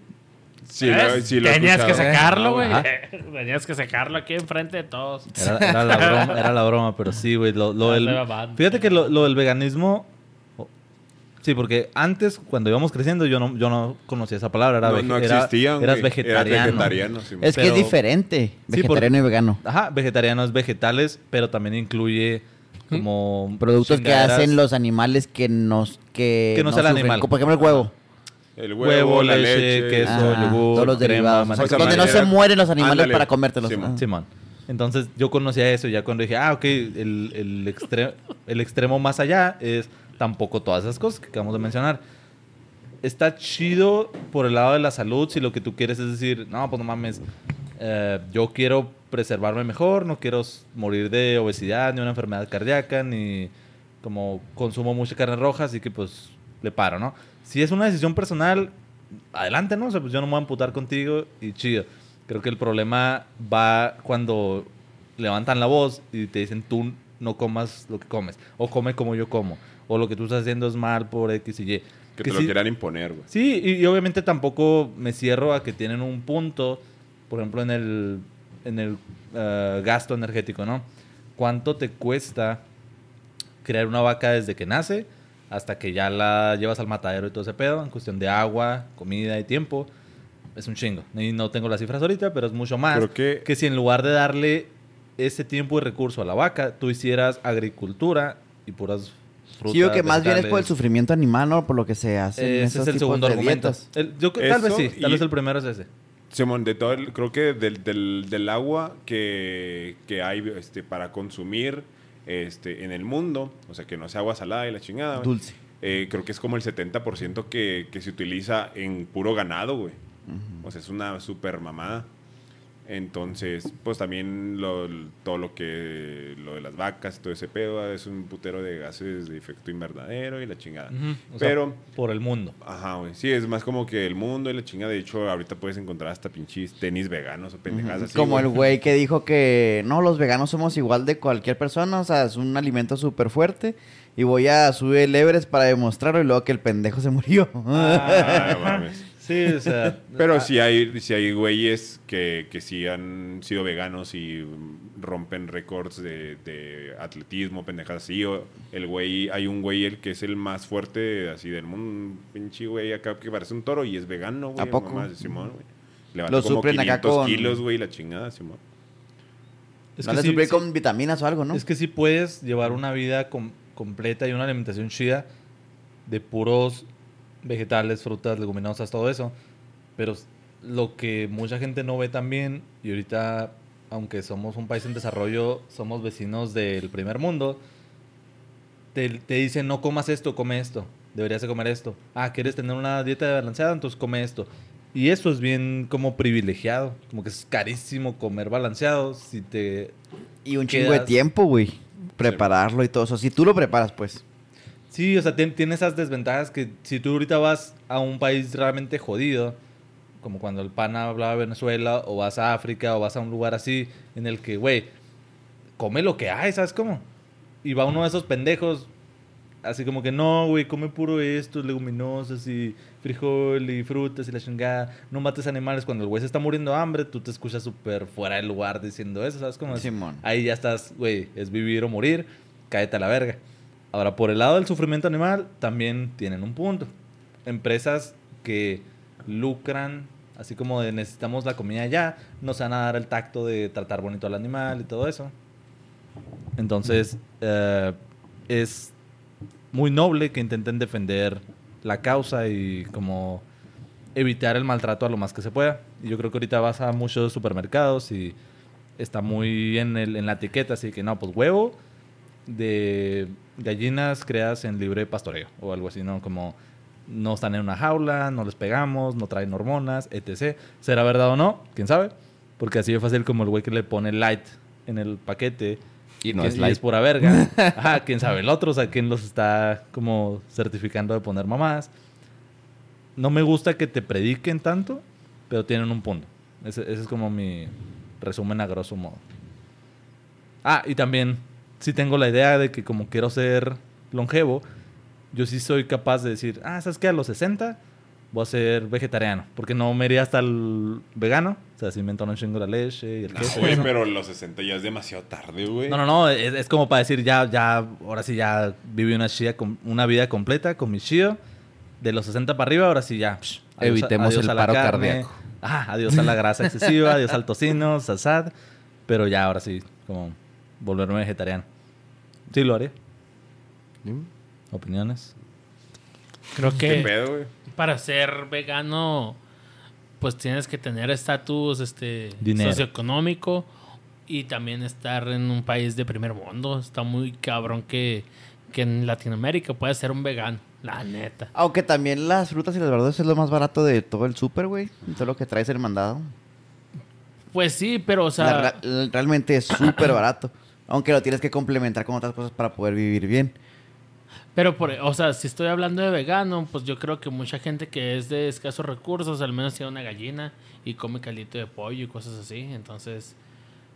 Speaker 1: Sí, lo-
Speaker 5: ¿Ves?
Speaker 1: sí lo he
Speaker 5: ¿Eh? Tenías que
Speaker 1: escuchado.
Speaker 5: sacarlo, güey.
Speaker 3: Ajá.
Speaker 5: Tenías que sacarlo aquí enfrente de todos.
Speaker 3: Era, era la, broma, era la broma, pero sí, güey. Lo, lo
Speaker 5: Ya
Speaker 3: del-
Speaker 5: se va bando.
Speaker 3: fíjate que lo, lo del veganismo... oh, Sí, porque antes, cuando íbamos creciendo, yo no, yo no conocía esa palabra. Era
Speaker 1: No,
Speaker 3: vege-
Speaker 1: no
Speaker 3: era-
Speaker 1: existían.
Speaker 3: eras
Speaker 1: güey.
Speaker 3: vegetariano.
Speaker 1: Eras vegetariano, sí,
Speaker 6: Es que
Speaker 3: Pero-
Speaker 6: es diferente.
Speaker 3: Sí, porque-
Speaker 6: Vegetariano y vegano.
Speaker 3: Ajá, vegetarianos, vegetales, pero también incluye como...
Speaker 6: Productos que
Speaker 3: chingaderas.
Speaker 6: hacen los animales que nos que,
Speaker 3: Que no sea el
Speaker 6: sufren,
Speaker 3: animal.
Speaker 6: Como por ejemplo el huevo.
Speaker 1: El
Speaker 3: huevo,
Speaker 1: huevo, la
Speaker 3: leche,
Speaker 1: leche,
Speaker 3: queso. Eso, yogur,
Speaker 6: todos los
Speaker 3: crema,
Speaker 6: derivados. O sea,
Speaker 3: mantequilla.
Speaker 6: donde no se
Speaker 1: Ándale.
Speaker 6: mueren los animales para comértelos.
Speaker 1: Sí,
Speaker 6: Ah.
Speaker 1: man.
Speaker 3: Simón. Entonces yo conocía eso, ya cuando dije, ah, ok, el, el, extre- el extremo más allá es tampoco todas esas cosas que acabamos de mencionar. Está chido por el lado de la salud si lo que tú quieres es decir, no, pues no mames, eh, yo quiero preservarme mejor, no quiero s- morir de obesidad, ni una enfermedad cardíaca, ni como consumo mucha carne roja, así que pues le paro, ¿no? Si es una decisión personal, adelante, ¿no? O sea, pues yo no me voy a amputar contigo y chido. Creo que el problema va cuando levantan la voz y te dicen tú no comas lo que comes, o come como yo como, o lo que tú estás haciendo es mal por X y Y.
Speaker 1: Que te lo
Speaker 3: sí-
Speaker 1: quieran imponer, güey.
Speaker 3: Sí, y, y obviamente tampoco me cierro a que tienen un punto, por ejemplo, en el, en el eh, gasto energético, ¿no? ¿Cuánto te cuesta crear una vaca desde que nace hasta que ya la llevas al matadero y todo ese pedo, en cuestión de agua, comida y tiempo? Es un chingo. Y no tengo las cifras ahorita, pero es mucho más
Speaker 1: Creo que-
Speaker 3: que si en lugar de darle ese tiempo y recurso a la vaca, tú hicieras agricultura y puras frutas.
Speaker 6: Sí, yo que más bien es por el
Speaker 3: vegetales.
Speaker 6: sufrimiento animal, ¿no? Por lo que se hace.
Speaker 3: Ese es el segundo argumento. El- yo creo- tal vez
Speaker 1: Eso
Speaker 3: sí, tal
Speaker 1: y-
Speaker 3: vez el primero es ese.
Speaker 1: Simón, de todo el- creo que del, del- del agua que, que hay este, para consumir este, en el mundo, o sea, que no sea agua salada y la chingada, güey,
Speaker 6: Dulce.
Speaker 1: eh, creo que es como el 70% que, que se utiliza en puro ganado, güey. O sea, es una super mamada. Entonces, pues también lo- todo lo que, lo de las vacas, todo ese pedo, ah, es un putero de gases de efecto invernadero y la chingada.
Speaker 3: O sea,
Speaker 1: Pero...
Speaker 3: por el mundo.
Speaker 1: Ajá, güey. Sí, es más como que el mundo y la chinga. De hecho, ahorita puedes encontrar hasta pinches tenis veganos o pendejadas
Speaker 3: Ah,
Speaker 1: así.
Speaker 6: Como el
Speaker 1: güey.
Speaker 6: güey que dijo que no, los veganos somos igual de cualquier persona, o sea, es un alimento súper fuerte. Y voy a subir el Everest para demostrarlo y luego que el pendejo se murió.
Speaker 1: Ah, no mames.
Speaker 3: Sí, o sea. ah,
Speaker 6: Ah.
Speaker 1: Pero sí hay, sí hay güeyes que, que sí han sido veganos y mm, rompen récords de, de atletismo, pendejadas así. O el güey, hay un güey el que es el más fuerte así del mundo, un pinche güey acá que parece un toro y es vegano, güey.
Speaker 6: ¿A poco?
Speaker 1: mamás de Simón, güey. Levantó
Speaker 6: Lo
Speaker 1: como
Speaker 6: suplen acá
Speaker 1: 500
Speaker 6: con-
Speaker 1: kilos, güey, la chingada, Simón.
Speaker 3: es
Speaker 6: no
Speaker 3: que
Speaker 6: le
Speaker 3: sí-
Speaker 6: suplí
Speaker 3: sí-
Speaker 6: con vitaminas o algo, ¿no?
Speaker 3: Es que sí puedes llevar una vida com- completa y una alimentación chida de puros vegetales, frutas, leguminosas, todo eso. Pero s- lo que mucha gente no ve también, y ahorita, aunque somos un país en desarrollo, somos vecinos del primer mundo, te, te dicen no comas esto, come esto. Deberías de comer esto. Ah, ¿quieres tener una dieta balanceada? Entonces come esto. Y eso es bien como privilegiado. Como que es carísimo comer balanceado si te
Speaker 6: y un chingo de
Speaker 3: quedas-
Speaker 6: tiempo, güey. Prepararlo y todo eso. Si tú lo preparas, pues.
Speaker 3: Sí, o sea, tien- tiene esas desventajas que si tú ahorita vas a un país realmente jodido, como cuando el pana hablaba de Venezuela, o vas a África, o vas a un lugar así, en el que, güey, come lo que hay, ¿sabes cómo? Y va uno de esos pendejos, así como que, no, güey, come puro esto, leguminosas y frijol y frutas y la chingada, no mates animales. Cuando el güey se está muriendo de hambre, tú te escuchas súper fuera del lugar diciendo eso, ¿sabes cómo?
Speaker 6: Simón.
Speaker 3: Ahí ya estás, güey, es vivir o morir, cáete a la verga. Ahora, por el lado del sufrimiento animal, también tienen un punto. Empresas que lucran, así como de necesitamos la comida ya, nos van a dar el tacto de tratar bonito al animal y todo eso. Entonces, eh, es muy noble que intenten defender la causa y como evitar el maltrato a lo más que se pueda. Y yo creo que ahorita vas a muchos supermercados y está muy en, el- en la etiqueta, así que no, pues huevo de gallinas creadas en libre pastoreo o algo así, ¿no? Como no están en una jaula, no les pegamos, no traen hormonas, etc. ¿Será verdad o no? ¿Quién sabe? Porque así de fácil como el güey que le pone light en el paquete
Speaker 9: Y no
Speaker 3: que-
Speaker 9: es
Speaker 3: y
Speaker 9: light.
Speaker 3: pura verga. Ajá, quién sabe el otro, o sea, quién los está como certificando de poner mamás. No me gusta que te prediquen tanto, pero tienen un punto. Ese, ese es como mi resumen a grosso modo. Ah, y también sí tengo la idea de que como quiero ser longevo, yo sí soy capaz de decir, ah, ¿sabes qué? A los 60 voy a ser vegetariano, porque no me iría hasta el vegano. O sea, si me entono un chingo la leche y el
Speaker 9: Ah,
Speaker 1: No,
Speaker 3: queso.
Speaker 1: güey, pero los 60 ya es demasiado tarde, güey.
Speaker 3: No, no, no, es, es como para decir ya, ya, ahora sí ya viví una, chía com- una vida completa con mi chido. De los 60 para arriba, ahora sí ya. psh, adiós-
Speaker 9: Evitemos
Speaker 3: adiós
Speaker 9: el
Speaker 3: a la
Speaker 9: paro
Speaker 3: carne.
Speaker 9: cardíaco.
Speaker 3: Ah, adiós a la grasa excesiva, adiós al tocino, sasad. Pero ya, ahora sí, como volverme vegetariano. Sí, lo haré. ¿Opiniones?
Speaker 5: Creo
Speaker 1: ¿Qué
Speaker 5: que
Speaker 1: pedo, güey?
Speaker 5: para ser vegano, pues tienes que tener estatus este,
Speaker 3: Dinero.
Speaker 5: socioeconómico y también estar en un país de primer mundo. Está muy cabrón que, que en Latinoamérica pueda ser un vegano, la neta.
Speaker 6: Aunque también las frutas y las verduras es lo más barato de todo el súper, güey. Todo lo que traes el mandado.
Speaker 5: Pues sí, pero o
Speaker 6: La
Speaker 5: sea,
Speaker 6: ra- la- realmente es súper barato. Aunque lo tienes que complementar con otras cosas para poder vivir bien.
Speaker 5: pero por, o sea, si estoy hablando de vegano, pues yo creo que mucha gente que es de escasos recursos al menos tiene una gallina y come caldito de pollo y cosas así, entonces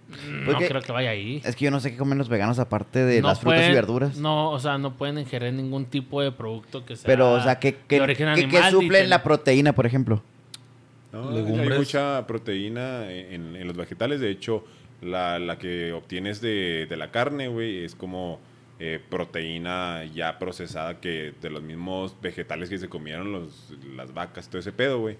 Speaker 5: mm, no
Speaker 6: Porque
Speaker 5: creo que vaya ahí.
Speaker 6: Es que yo no sé qué comen los veganos aparte de
Speaker 5: No
Speaker 6: las frutas y
Speaker 5: pueden-
Speaker 6: verduras.
Speaker 5: No, o sea, no pueden ingerir ningún tipo de producto que sea
Speaker 6: Pero, o sea, ¿qué,
Speaker 5: de
Speaker 6: qué,
Speaker 5: origen
Speaker 6: qué- qué
Speaker 5: animal,
Speaker 6: suplen
Speaker 5: dicen.
Speaker 6: la proteína, por ejemplo?
Speaker 1: No,
Speaker 3: Legumbres.
Speaker 1: Hay mucha proteína en, en los vegetales. De hecho, la, la que obtienes de, de la carne, güey, es como eh, proteína ya procesada que de los mismos vegetales que se comieron los, las vacas, todo ese pedo, güey.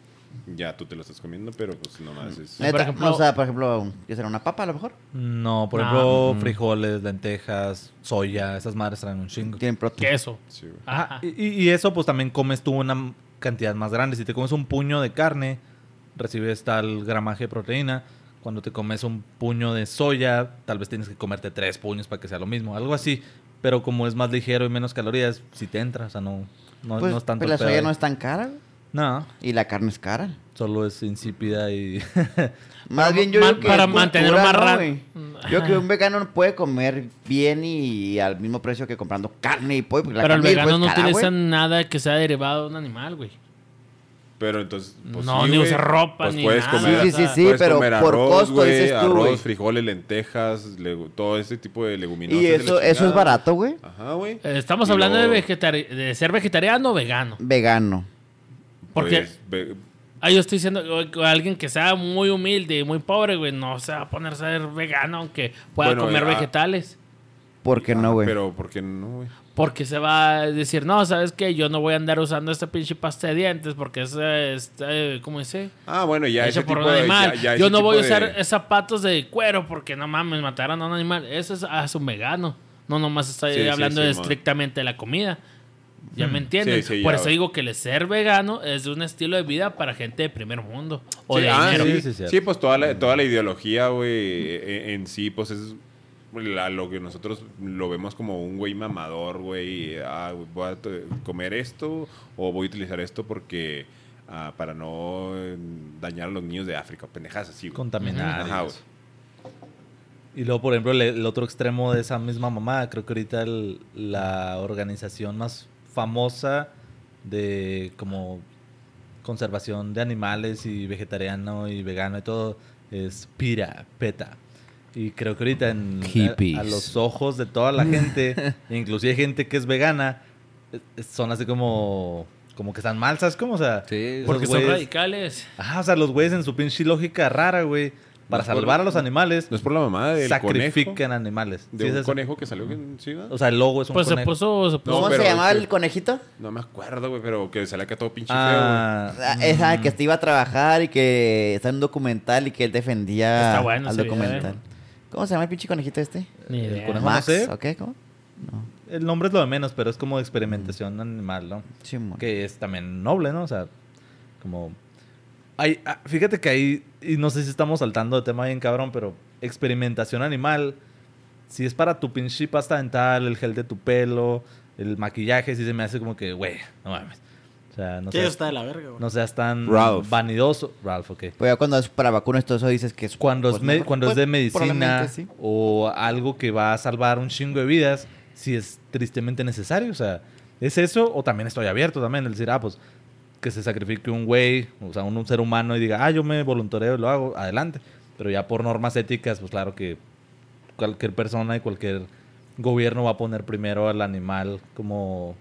Speaker 1: Ya tú te lo estás comiendo, pero pues nomás es...
Speaker 6: Neta,
Speaker 5: ejemplo-
Speaker 6: no, o sea, por ejemplo, ¿qué será una papa a lo mejor?
Speaker 3: No, por
Speaker 5: No.
Speaker 3: ejemplo, frijoles, lentejas, soya, esas madres traen un chingo.
Speaker 6: Tienen proteína.
Speaker 5: Queso.
Speaker 1: Sí, güey.
Speaker 6: Ah,
Speaker 5: Ajá.
Speaker 3: Y, y- y eso pues también comes tú una m- cantidad más grande. Si te comes un puño de carne, recibes tal gramaje de proteína. Cuando te comes un puño de soya, tal vez tienes que comerte tres puños para que sea lo mismo. Algo así. Pero como es más ligero y menos calorías, si te entra. O sea, no, no,
Speaker 6: Pues,
Speaker 3: no es tanto
Speaker 6: pues la
Speaker 3: el pedo
Speaker 6: soya
Speaker 3: ahí.
Speaker 6: no es tan cara güey,
Speaker 3: No,
Speaker 6: y la carne es cara.
Speaker 3: solo es insípida y...
Speaker 6: Más
Speaker 5: Para
Speaker 6: bien yo
Speaker 5: ma-
Speaker 6: digo que
Speaker 5: para
Speaker 6: es cultura,
Speaker 5: mantener más
Speaker 6: ¿no,
Speaker 5: ra-
Speaker 6: güey? Yo creo que un vegano puede comer bien y al mismo precio que comprando carne y pollo. Porque la
Speaker 5: Pero el
Speaker 6: carne y
Speaker 5: vegano
Speaker 6: pollo
Speaker 5: no
Speaker 6: es cara,
Speaker 5: utiliza
Speaker 6: güey.
Speaker 5: nada que sea derivado de un animal, güey.
Speaker 1: Pero entonces... pues,
Speaker 5: No, ni
Speaker 1: güey.
Speaker 5: usa ropa,
Speaker 1: Pues
Speaker 5: ni
Speaker 1: puedes
Speaker 5: nada,
Speaker 1: comer...
Speaker 5: Sí, sí,
Speaker 1: puedes
Speaker 6: sí, pero
Speaker 1: comer
Speaker 6: por costo,
Speaker 1: güey,
Speaker 6: dices tú,
Speaker 1: Arroz,
Speaker 6: güey.
Speaker 1: frijoles, lentejas, legu- todo este tipo de leguminosas.
Speaker 6: Y
Speaker 1: de la
Speaker 6: eso, eso es
Speaker 1: chingada.
Speaker 6: barato, güey.
Speaker 1: Ajá, güey.
Speaker 5: Eh, Estamos
Speaker 1: Y
Speaker 5: hablando de,
Speaker 1: luego,
Speaker 5: vegetari- de ser vegetariano o vegano.
Speaker 6: Vegano.
Speaker 5: Porque
Speaker 1: pues, ve-
Speaker 5: ah, yo estoy diciendo o- o alguien que sea muy humilde y muy pobre, güey, no se va a poner a ser vegano aunque pueda
Speaker 1: Bueno,
Speaker 5: comer
Speaker 1: eh, ah.
Speaker 5: vegetales.
Speaker 6: ¿Por qué
Speaker 1: Ajá,
Speaker 3: Ah,
Speaker 6: no, güey?
Speaker 1: Pero ¿por qué no, güey?
Speaker 5: Porque se va a decir, no, ¿sabes qué? Yo no voy a andar usando esta pinche pasta de dientes porque es, eh, está, eh, ¿cómo dice?
Speaker 1: Ah, bueno, ya ese
Speaker 5: Hecha por un
Speaker 1: tipo de-
Speaker 5: animal.
Speaker 1: ya- ya
Speaker 5: Yo
Speaker 1: ese
Speaker 5: no voy a
Speaker 1: tipo
Speaker 5: usar
Speaker 1: de-
Speaker 5: zapatos de cuero porque no mames, mataron a un animal. Eso es, ah, es un vegano. No nomás estoy
Speaker 1: Sí, sí,
Speaker 5: hablando
Speaker 1: sí,
Speaker 5: de
Speaker 1: mon.
Speaker 5: estrictamente de la comida. ¿Ya me entienden?
Speaker 1: Sí, sí,
Speaker 5: por
Speaker 1: ya,
Speaker 5: eso
Speaker 1: güey.
Speaker 5: digo que el ser vegano es un estilo de vida para gente de primer mundo o
Speaker 1: Sí,
Speaker 5: de
Speaker 1: ah,
Speaker 5: dinero.
Speaker 1: sí,
Speaker 3: Sí, sí, cierto.
Speaker 1: sí, pues toda la, toda la ideología, güey, e- en, sí, pues es la- lo que nosotros lo vemos como un güey mamador, güey. Ah, güey, voy a t- comer esto o voy a utilizar esto porque ah, para no eh, dañar a los niños de África, pendejas así. güey.
Speaker 3: contaminar. y
Speaker 1: Ajá,
Speaker 3: eso.
Speaker 1: güey.
Speaker 3: Y luego, por ejemplo, el, el otro extremo de esa misma mamá, creo que ahorita el- la organización más famosa de como conservación de animales y vegetariano y vegano y todo es Pira, PETA. Y creo que ahorita en,
Speaker 2: Hippies.
Speaker 3: a, a los ojos de toda la gente, inclusive gente que es vegana, eh, eh, son así como, como que están mal, ¿sabes cómo? O sea,
Speaker 2: Sí,
Speaker 5: Porque
Speaker 3: esos
Speaker 5: son
Speaker 3: güeyes-
Speaker 5: radicales.
Speaker 3: Ajá, o sea, los güeyes en su pinche lógica rara, güey,
Speaker 1: No
Speaker 3: para
Speaker 1: es
Speaker 3: salvar
Speaker 1: por-
Speaker 3: a los animales,
Speaker 1: No es por la mamada del
Speaker 3: sacrifican
Speaker 1: conejo.
Speaker 3: animales.
Speaker 1: De
Speaker 3: Sí, es
Speaker 1: un
Speaker 3: eso.
Speaker 1: conejo que salió en Ciudad.
Speaker 3: O sea, el logo es un
Speaker 5: Pues se
Speaker 3: conejo.
Speaker 5: puso, se puso-
Speaker 6: ¿Cómo
Speaker 1: pero
Speaker 6: se llamaba
Speaker 1: es que-
Speaker 6: el conejito?
Speaker 1: no me acuerdo, güey, pero que sale acá todo pinche
Speaker 3: Ah,
Speaker 6: Ah, Esa que te iba a trabajar y que está en un documental y que él defendía
Speaker 5: Está bueno
Speaker 6: al
Speaker 5: ese video,
Speaker 6: documental.
Speaker 5: ¿eh?
Speaker 6: ¿Cómo se llama el pinche conejito este?
Speaker 5: Ni idea.
Speaker 3: conejo.
Speaker 6: Max,
Speaker 3: no sé.
Speaker 6: ¿ok? ¿Cómo?
Speaker 3: mm, el nombre es lo de menos, pero es como de experimentación animal, ¿no?
Speaker 6: Simón.
Speaker 3: Que es también noble, ¿no? O sea, como... Hay, ah, fíjate que ahí, y no sé si estamos saltando de tema bien cabrón, pero experimentación animal, si es para tu pinche pasta dental, el gel de tu pelo, el maquillaje, sí se me hace como que, güey, no mames. O sea, no
Speaker 4: Sí, eso
Speaker 3: seas,
Speaker 4: está de la verga, güey.
Speaker 3: no seas tan
Speaker 1: Ralph.
Speaker 3: vanidoso. Ralph, ok.
Speaker 6: Pues ya cuando es para vacunas todo eso dices que es...
Speaker 3: Cuando,
Speaker 6: pues,
Speaker 3: es, me-
Speaker 6: no,
Speaker 3: cuando es
Speaker 6: pues,
Speaker 3: de medicina
Speaker 6: probablemente sí.
Speaker 3: o algo que va a salvar un chingo de vidas, si es tristemente necesario. O sea, ¿es eso? O también estoy abierto también. El decir, ah, pues que se sacrifique un güey, o sea, un, un ser humano y diga, ah, yo me voluntareo y lo hago, adelante. Pero ya por normas éticas, pues claro que cualquier persona y cualquier gobierno va a poner primero al animal como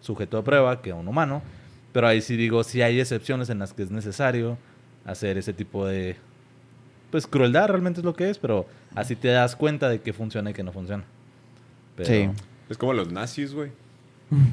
Speaker 3: sujeto de prueba que a un humano. Pero ahí sí digo, sí hay excepciones en las que es necesario hacer ese tipo de... Pues crueldad realmente es lo que es, pero así te das cuenta de que funciona y que no funciona. Pero,
Speaker 6: Sí.
Speaker 1: feo. Es como los nazis, güey.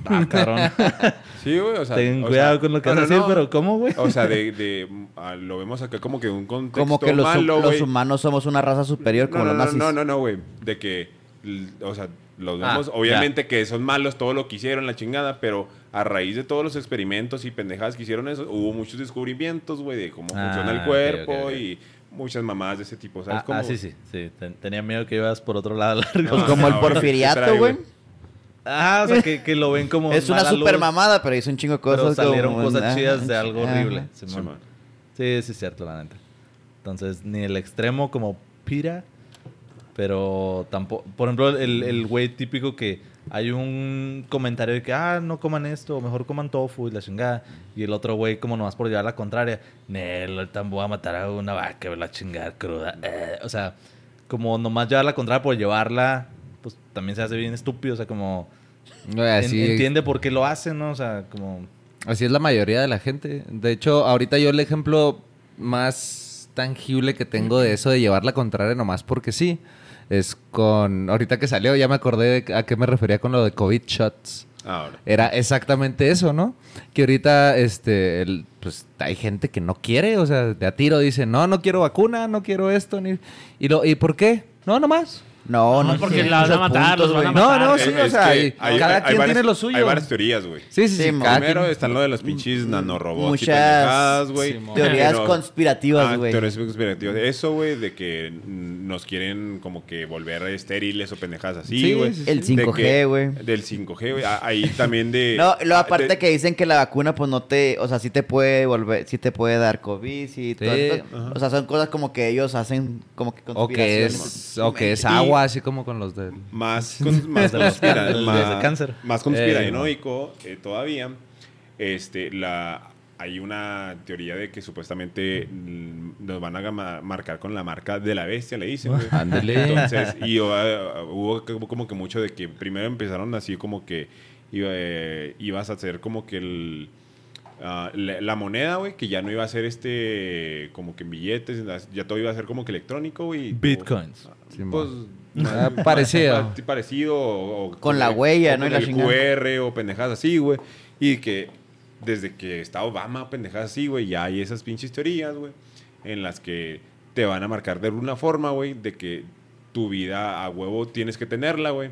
Speaker 3: Ah, cabrón.
Speaker 1: Sí, güey, o sea...
Speaker 3: Ten
Speaker 1: o
Speaker 3: cuidado
Speaker 1: sea,
Speaker 3: con lo que
Speaker 1: no,
Speaker 3: vas a
Speaker 1: no,
Speaker 3: decir,
Speaker 1: no.
Speaker 3: pero ¿cómo, güey?
Speaker 1: O sea, de, de- ah, lo vemos acá como que un contexto
Speaker 6: Como que los,
Speaker 1: malo,
Speaker 6: los
Speaker 1: güey.
Speaker 6: humanos somos una raza superior como
Speaker 1: no,
Speaker 6: los
Speaker 1: no,
Speaker 6: nazis.
Speaker 1: No, no, no, güey. De que, l- o sea, los
Speaker 3: Ah,
Speaker 1: vemos,
Speaker 3: ya.
Speaker 1: obviamente que son malos todo lo que hicieron, la chingada, pero a raíz de todos los experimentos y pendejadas que hicieron eso, hubo muchos descubrimientos, güey, de cómo
Speaker 3: Ah,
Speaker 1: funciona el
Speaker 3: ok,
Speaker 1: cuerpo
Speaker 3: ok, ok.
Speaker 1: y muchas mamadas de ese tipo, ¿sabes?
Speaker 3: Ah, ah, sí, sí. sí. Ten- tenía miedo que ibas por otro lado largo.
Speaker 1: No,
Speaker 6: Pues como
Speaker 1: no, güey,
Speaker 6: el
Speaker 1: ¿qué trae,
Speaker 6: porfiriato,
Speaker 1: güey?
Speaker 6: güey.
Speaker 3: Ah, o sea, que, que lo ven como.
Speaker 6: Es una
Speaker 3: mala luz,
Speaker 6: super mamada, pero hizo un chingo de cosas.
Speaker 3: Pero salieron
Speaker 6: como-
Speaker 3: cosas
Speaker 6: ah,
Speaker 3: chidas de algo
Speaker 6: ah,
Speaker 3: horrible. Simón.
Speaker 1: Sí, man.
Speaker 3: Sí, sí, es cierto, la neta. Entonces, ni el extremo como pira, pero tampoco. Por ejemplo, el el güey típico que hay un comentario de que, ah, no coman esto, o mejor coman tofu y la chingada. Y el otro güey, como nomás por llevar la contraria, Nel, el tambo va a matar a una vaca, la chingar cruda. eh". O sea, como nomás llevar la contraria por llevarla, pues también se hace bien estúpido. O sea, como.
Speaker 2: Güey, así,
Speaker 3: en- entiende por qué lo hacen, ¿no? O sea, como.
Speaker 2: así es la mayoría de la gente. De hecho, ahorita yo el ejemplo más tangible que tengo de eso de llevar la contraria nomás porque sí. Es con. Ahorita que salió, ya me acordé de a qué me refería con lo de COVID shots.
Speaker 1: Ahora.
Speaker 2: Era exactamente eso, ¿no? Que ahorita, este, el- pues hay gente que no quiere, o sea, de a tiro dice, no, no quiero vacuna, no quiero esto, ni... ¿Y, lo, ¿y por qué? No, nomás.
Speaker 6: No,
Speaker 5: No,
Speaker 6: no.
Speaker 5: porque
Speaker 6: tiene
Speaker 5: la van a
Speaker 6: muchos
Speaker 5: matar, los van a
Speaker 6: güey.
Speaker 5: matar.
Speaker 2: No, no,
Speaker 5: güey.
Speaker 2: sí,
Speaker 1: Eh, Es
Speaker 2: o sea,
Speaker 1: que
Speaker 2: y cada quien
Speaker 1: varias-
Speaker 2: tiene lo suyo.
Speaker 1: Hay varias teorías, güey.
Speaker 2: Sí, sí, sí.
Speaker 6: Sí,
Speaker 2: cada
Speaker 1: Primero
Speaker 2: quien-
Speaker 1: están lo de los pinches nanorobots y
Speaker 6: Mm, muchas
Speaker 1: pendejadas, güey.
Speaker 6: Teorías
Speaker 1: Que no-
Speaker 6: conspirativas,
Speaker 1: Ah,
Speaker 6: güey.
Speaker 1: teorías conspirativas. Eso, güey, de que mm, nos quieren como que volver estériles o pendejadas así,
Speaker 2: Sí,
Speaker 1: güey.
Speaker 2: sí, sí.
Speaker 6: El
Speaker 1: De
Speaker 6: 5G,
Speaker 1: que-
Speaker 6: güey.
Speaker 1: Del 5G, güey. Ah, Ahí también de...
Speaker 6: No, lo
Speaker 3: Ah,
Speaker 6: aparte
Speaker 1: de-
Speaker 6: que dicen que la vacuna, pues no te, o sea, sí te puede volver, sí te puede dar COVID, sí, todo
Speaker 2: Sí.
Speaker 6: esto. O sea, son cosas como que ellos hacen, como que
Speaker 2: O que
Speaker 6: conspiraciones.
Speaker 2: es, o que es agua, así como con los de...
Speaker 1: más, cons- más,
Speaker 3: De los
Speaker 1: conspira-
Speaker 3: cánceres,
Speaker 1: más-
Speaker 3: de cáncer.
Speaker 1: más conspiranoico eh, todavía. Este, la, hay una teoría de que supuestamente mm, nos van a gama- marcar con la marca de la bestia, le dicen. güey.
Speaker 2: Ándale.
Speaker 1: Entonces, y uh, hubo como- como que mucho de que primero empezaron así como que iba, eh, ibas a hacer como que el... ah, la, la moneda, güey, que ya no iba a ser este, como que en billetes, ya todo iba a ser como que electrónico, güey.
Speaker 3: Bitcoins.
Speaker 1: Pues,
Speaker 2: Simón.
Speaker 1: ma-
Speaker 2: Ah, parecido.
Speaker 1: ma- parecido o, o-
Speaker 6: Con la
Speaker 1: el-
Speaker 6: huella,
Speaker 1: o
Speaker 6: ¿no?
Speaker 1: con
Speaker 6: Y la
Speaker 1: el
Speaker 6: chingada.
Speaker 1: QR o pendejadas así, güey. Y que desde que está Obama, pendejadas así, güey, ya hay esas pinches teorías, güey, en las que te van a marcar de alguna forma, güey, de que tu vida a huevo tienes que tenerla, güey.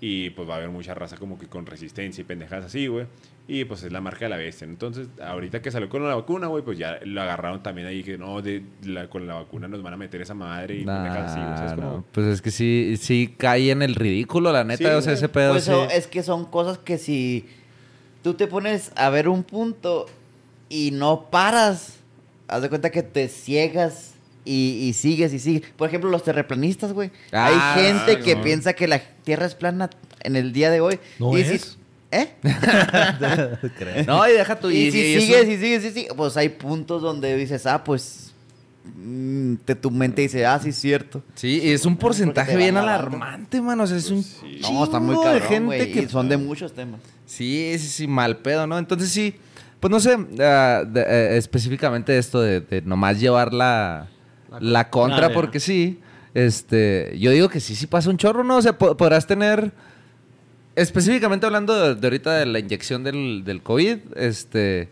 Speaker 1: Y pues va a haber mucha raza como que con resistencia y pendejadas así, güey. Y pues es la marca de la bestia. ¿no? Entonces, ahorita que salió con la vacuna, güey, pues ya lo agarraron también ahí que no, de la- con la vacuna nos van a meter esa madre y pendejadas así, güey.
Speaker 2: Nah,
Speaker 1: ¿sabes cómo?
Speaker 2: no. Pues es que sí, sí cae en el ridículo, la neta,
Speaker 1: Sí,
Speaker 2: o sea,
Speaker 1: güey.
Speaker 2: ese pedo
Speaker 6: Pues
Speaker 2: sí.
Speaker 6: eso es que son cosas que si tú te pones a ver un punto y no paras, haz de cuenta que te ciegas y, y sigues y sigues. Por ejemplo, los terraplanistas, güey.
Speaker 2: Ah,
Speaker 6: Hay gente que
Speaker 1: no.
Speaker 6: piensa que la Tierra es plana en el día de hoy.
Speaker 3: No
Speaker 6: y
Speaker 3: es.
Speaker 6: Si, ¿Eh?
Speaker 3: Creo.
Speaker 2: No, y deja tu...
Speaker 6: Y, si
Speaker 2: eso-
Speaker 6: sigues, y sigues, y sigues, pues hay puntos donde dices, ah, pues mm, te, tu mente dice, ah, sí es cierto.
Speaker 2: Sí, y es un porcentaje
Speaker 6: Porque te
Speaker 2: bien
Speaker 6: van lavando.
Speaker 2: alarmante, mano. O sea, es un
Speaker 1: sí.
Speaker 6: Pues No, está muy
Speaker 2: chingo de
Speaker 6: cabrón,
Speaker 2: gente
Speaker 6: güey,
Speaker 2: que-
Speaker 6: y son de muchos temas.
Speaker 2: Sí, sí, sí, mal pedo, ¿no? Entonces sí, pues no sé, ah, de- eh, específicamente esto de, de nomás llevar la, la contra,
Speaker 5: contraria.
Speaker 2: porque sí, este, yo digo que sí, sí pasa un chorro, ¿no? O sea, po- podrás tener, específicamente hablando de, de ahorita de la inyección del, del COVID, este,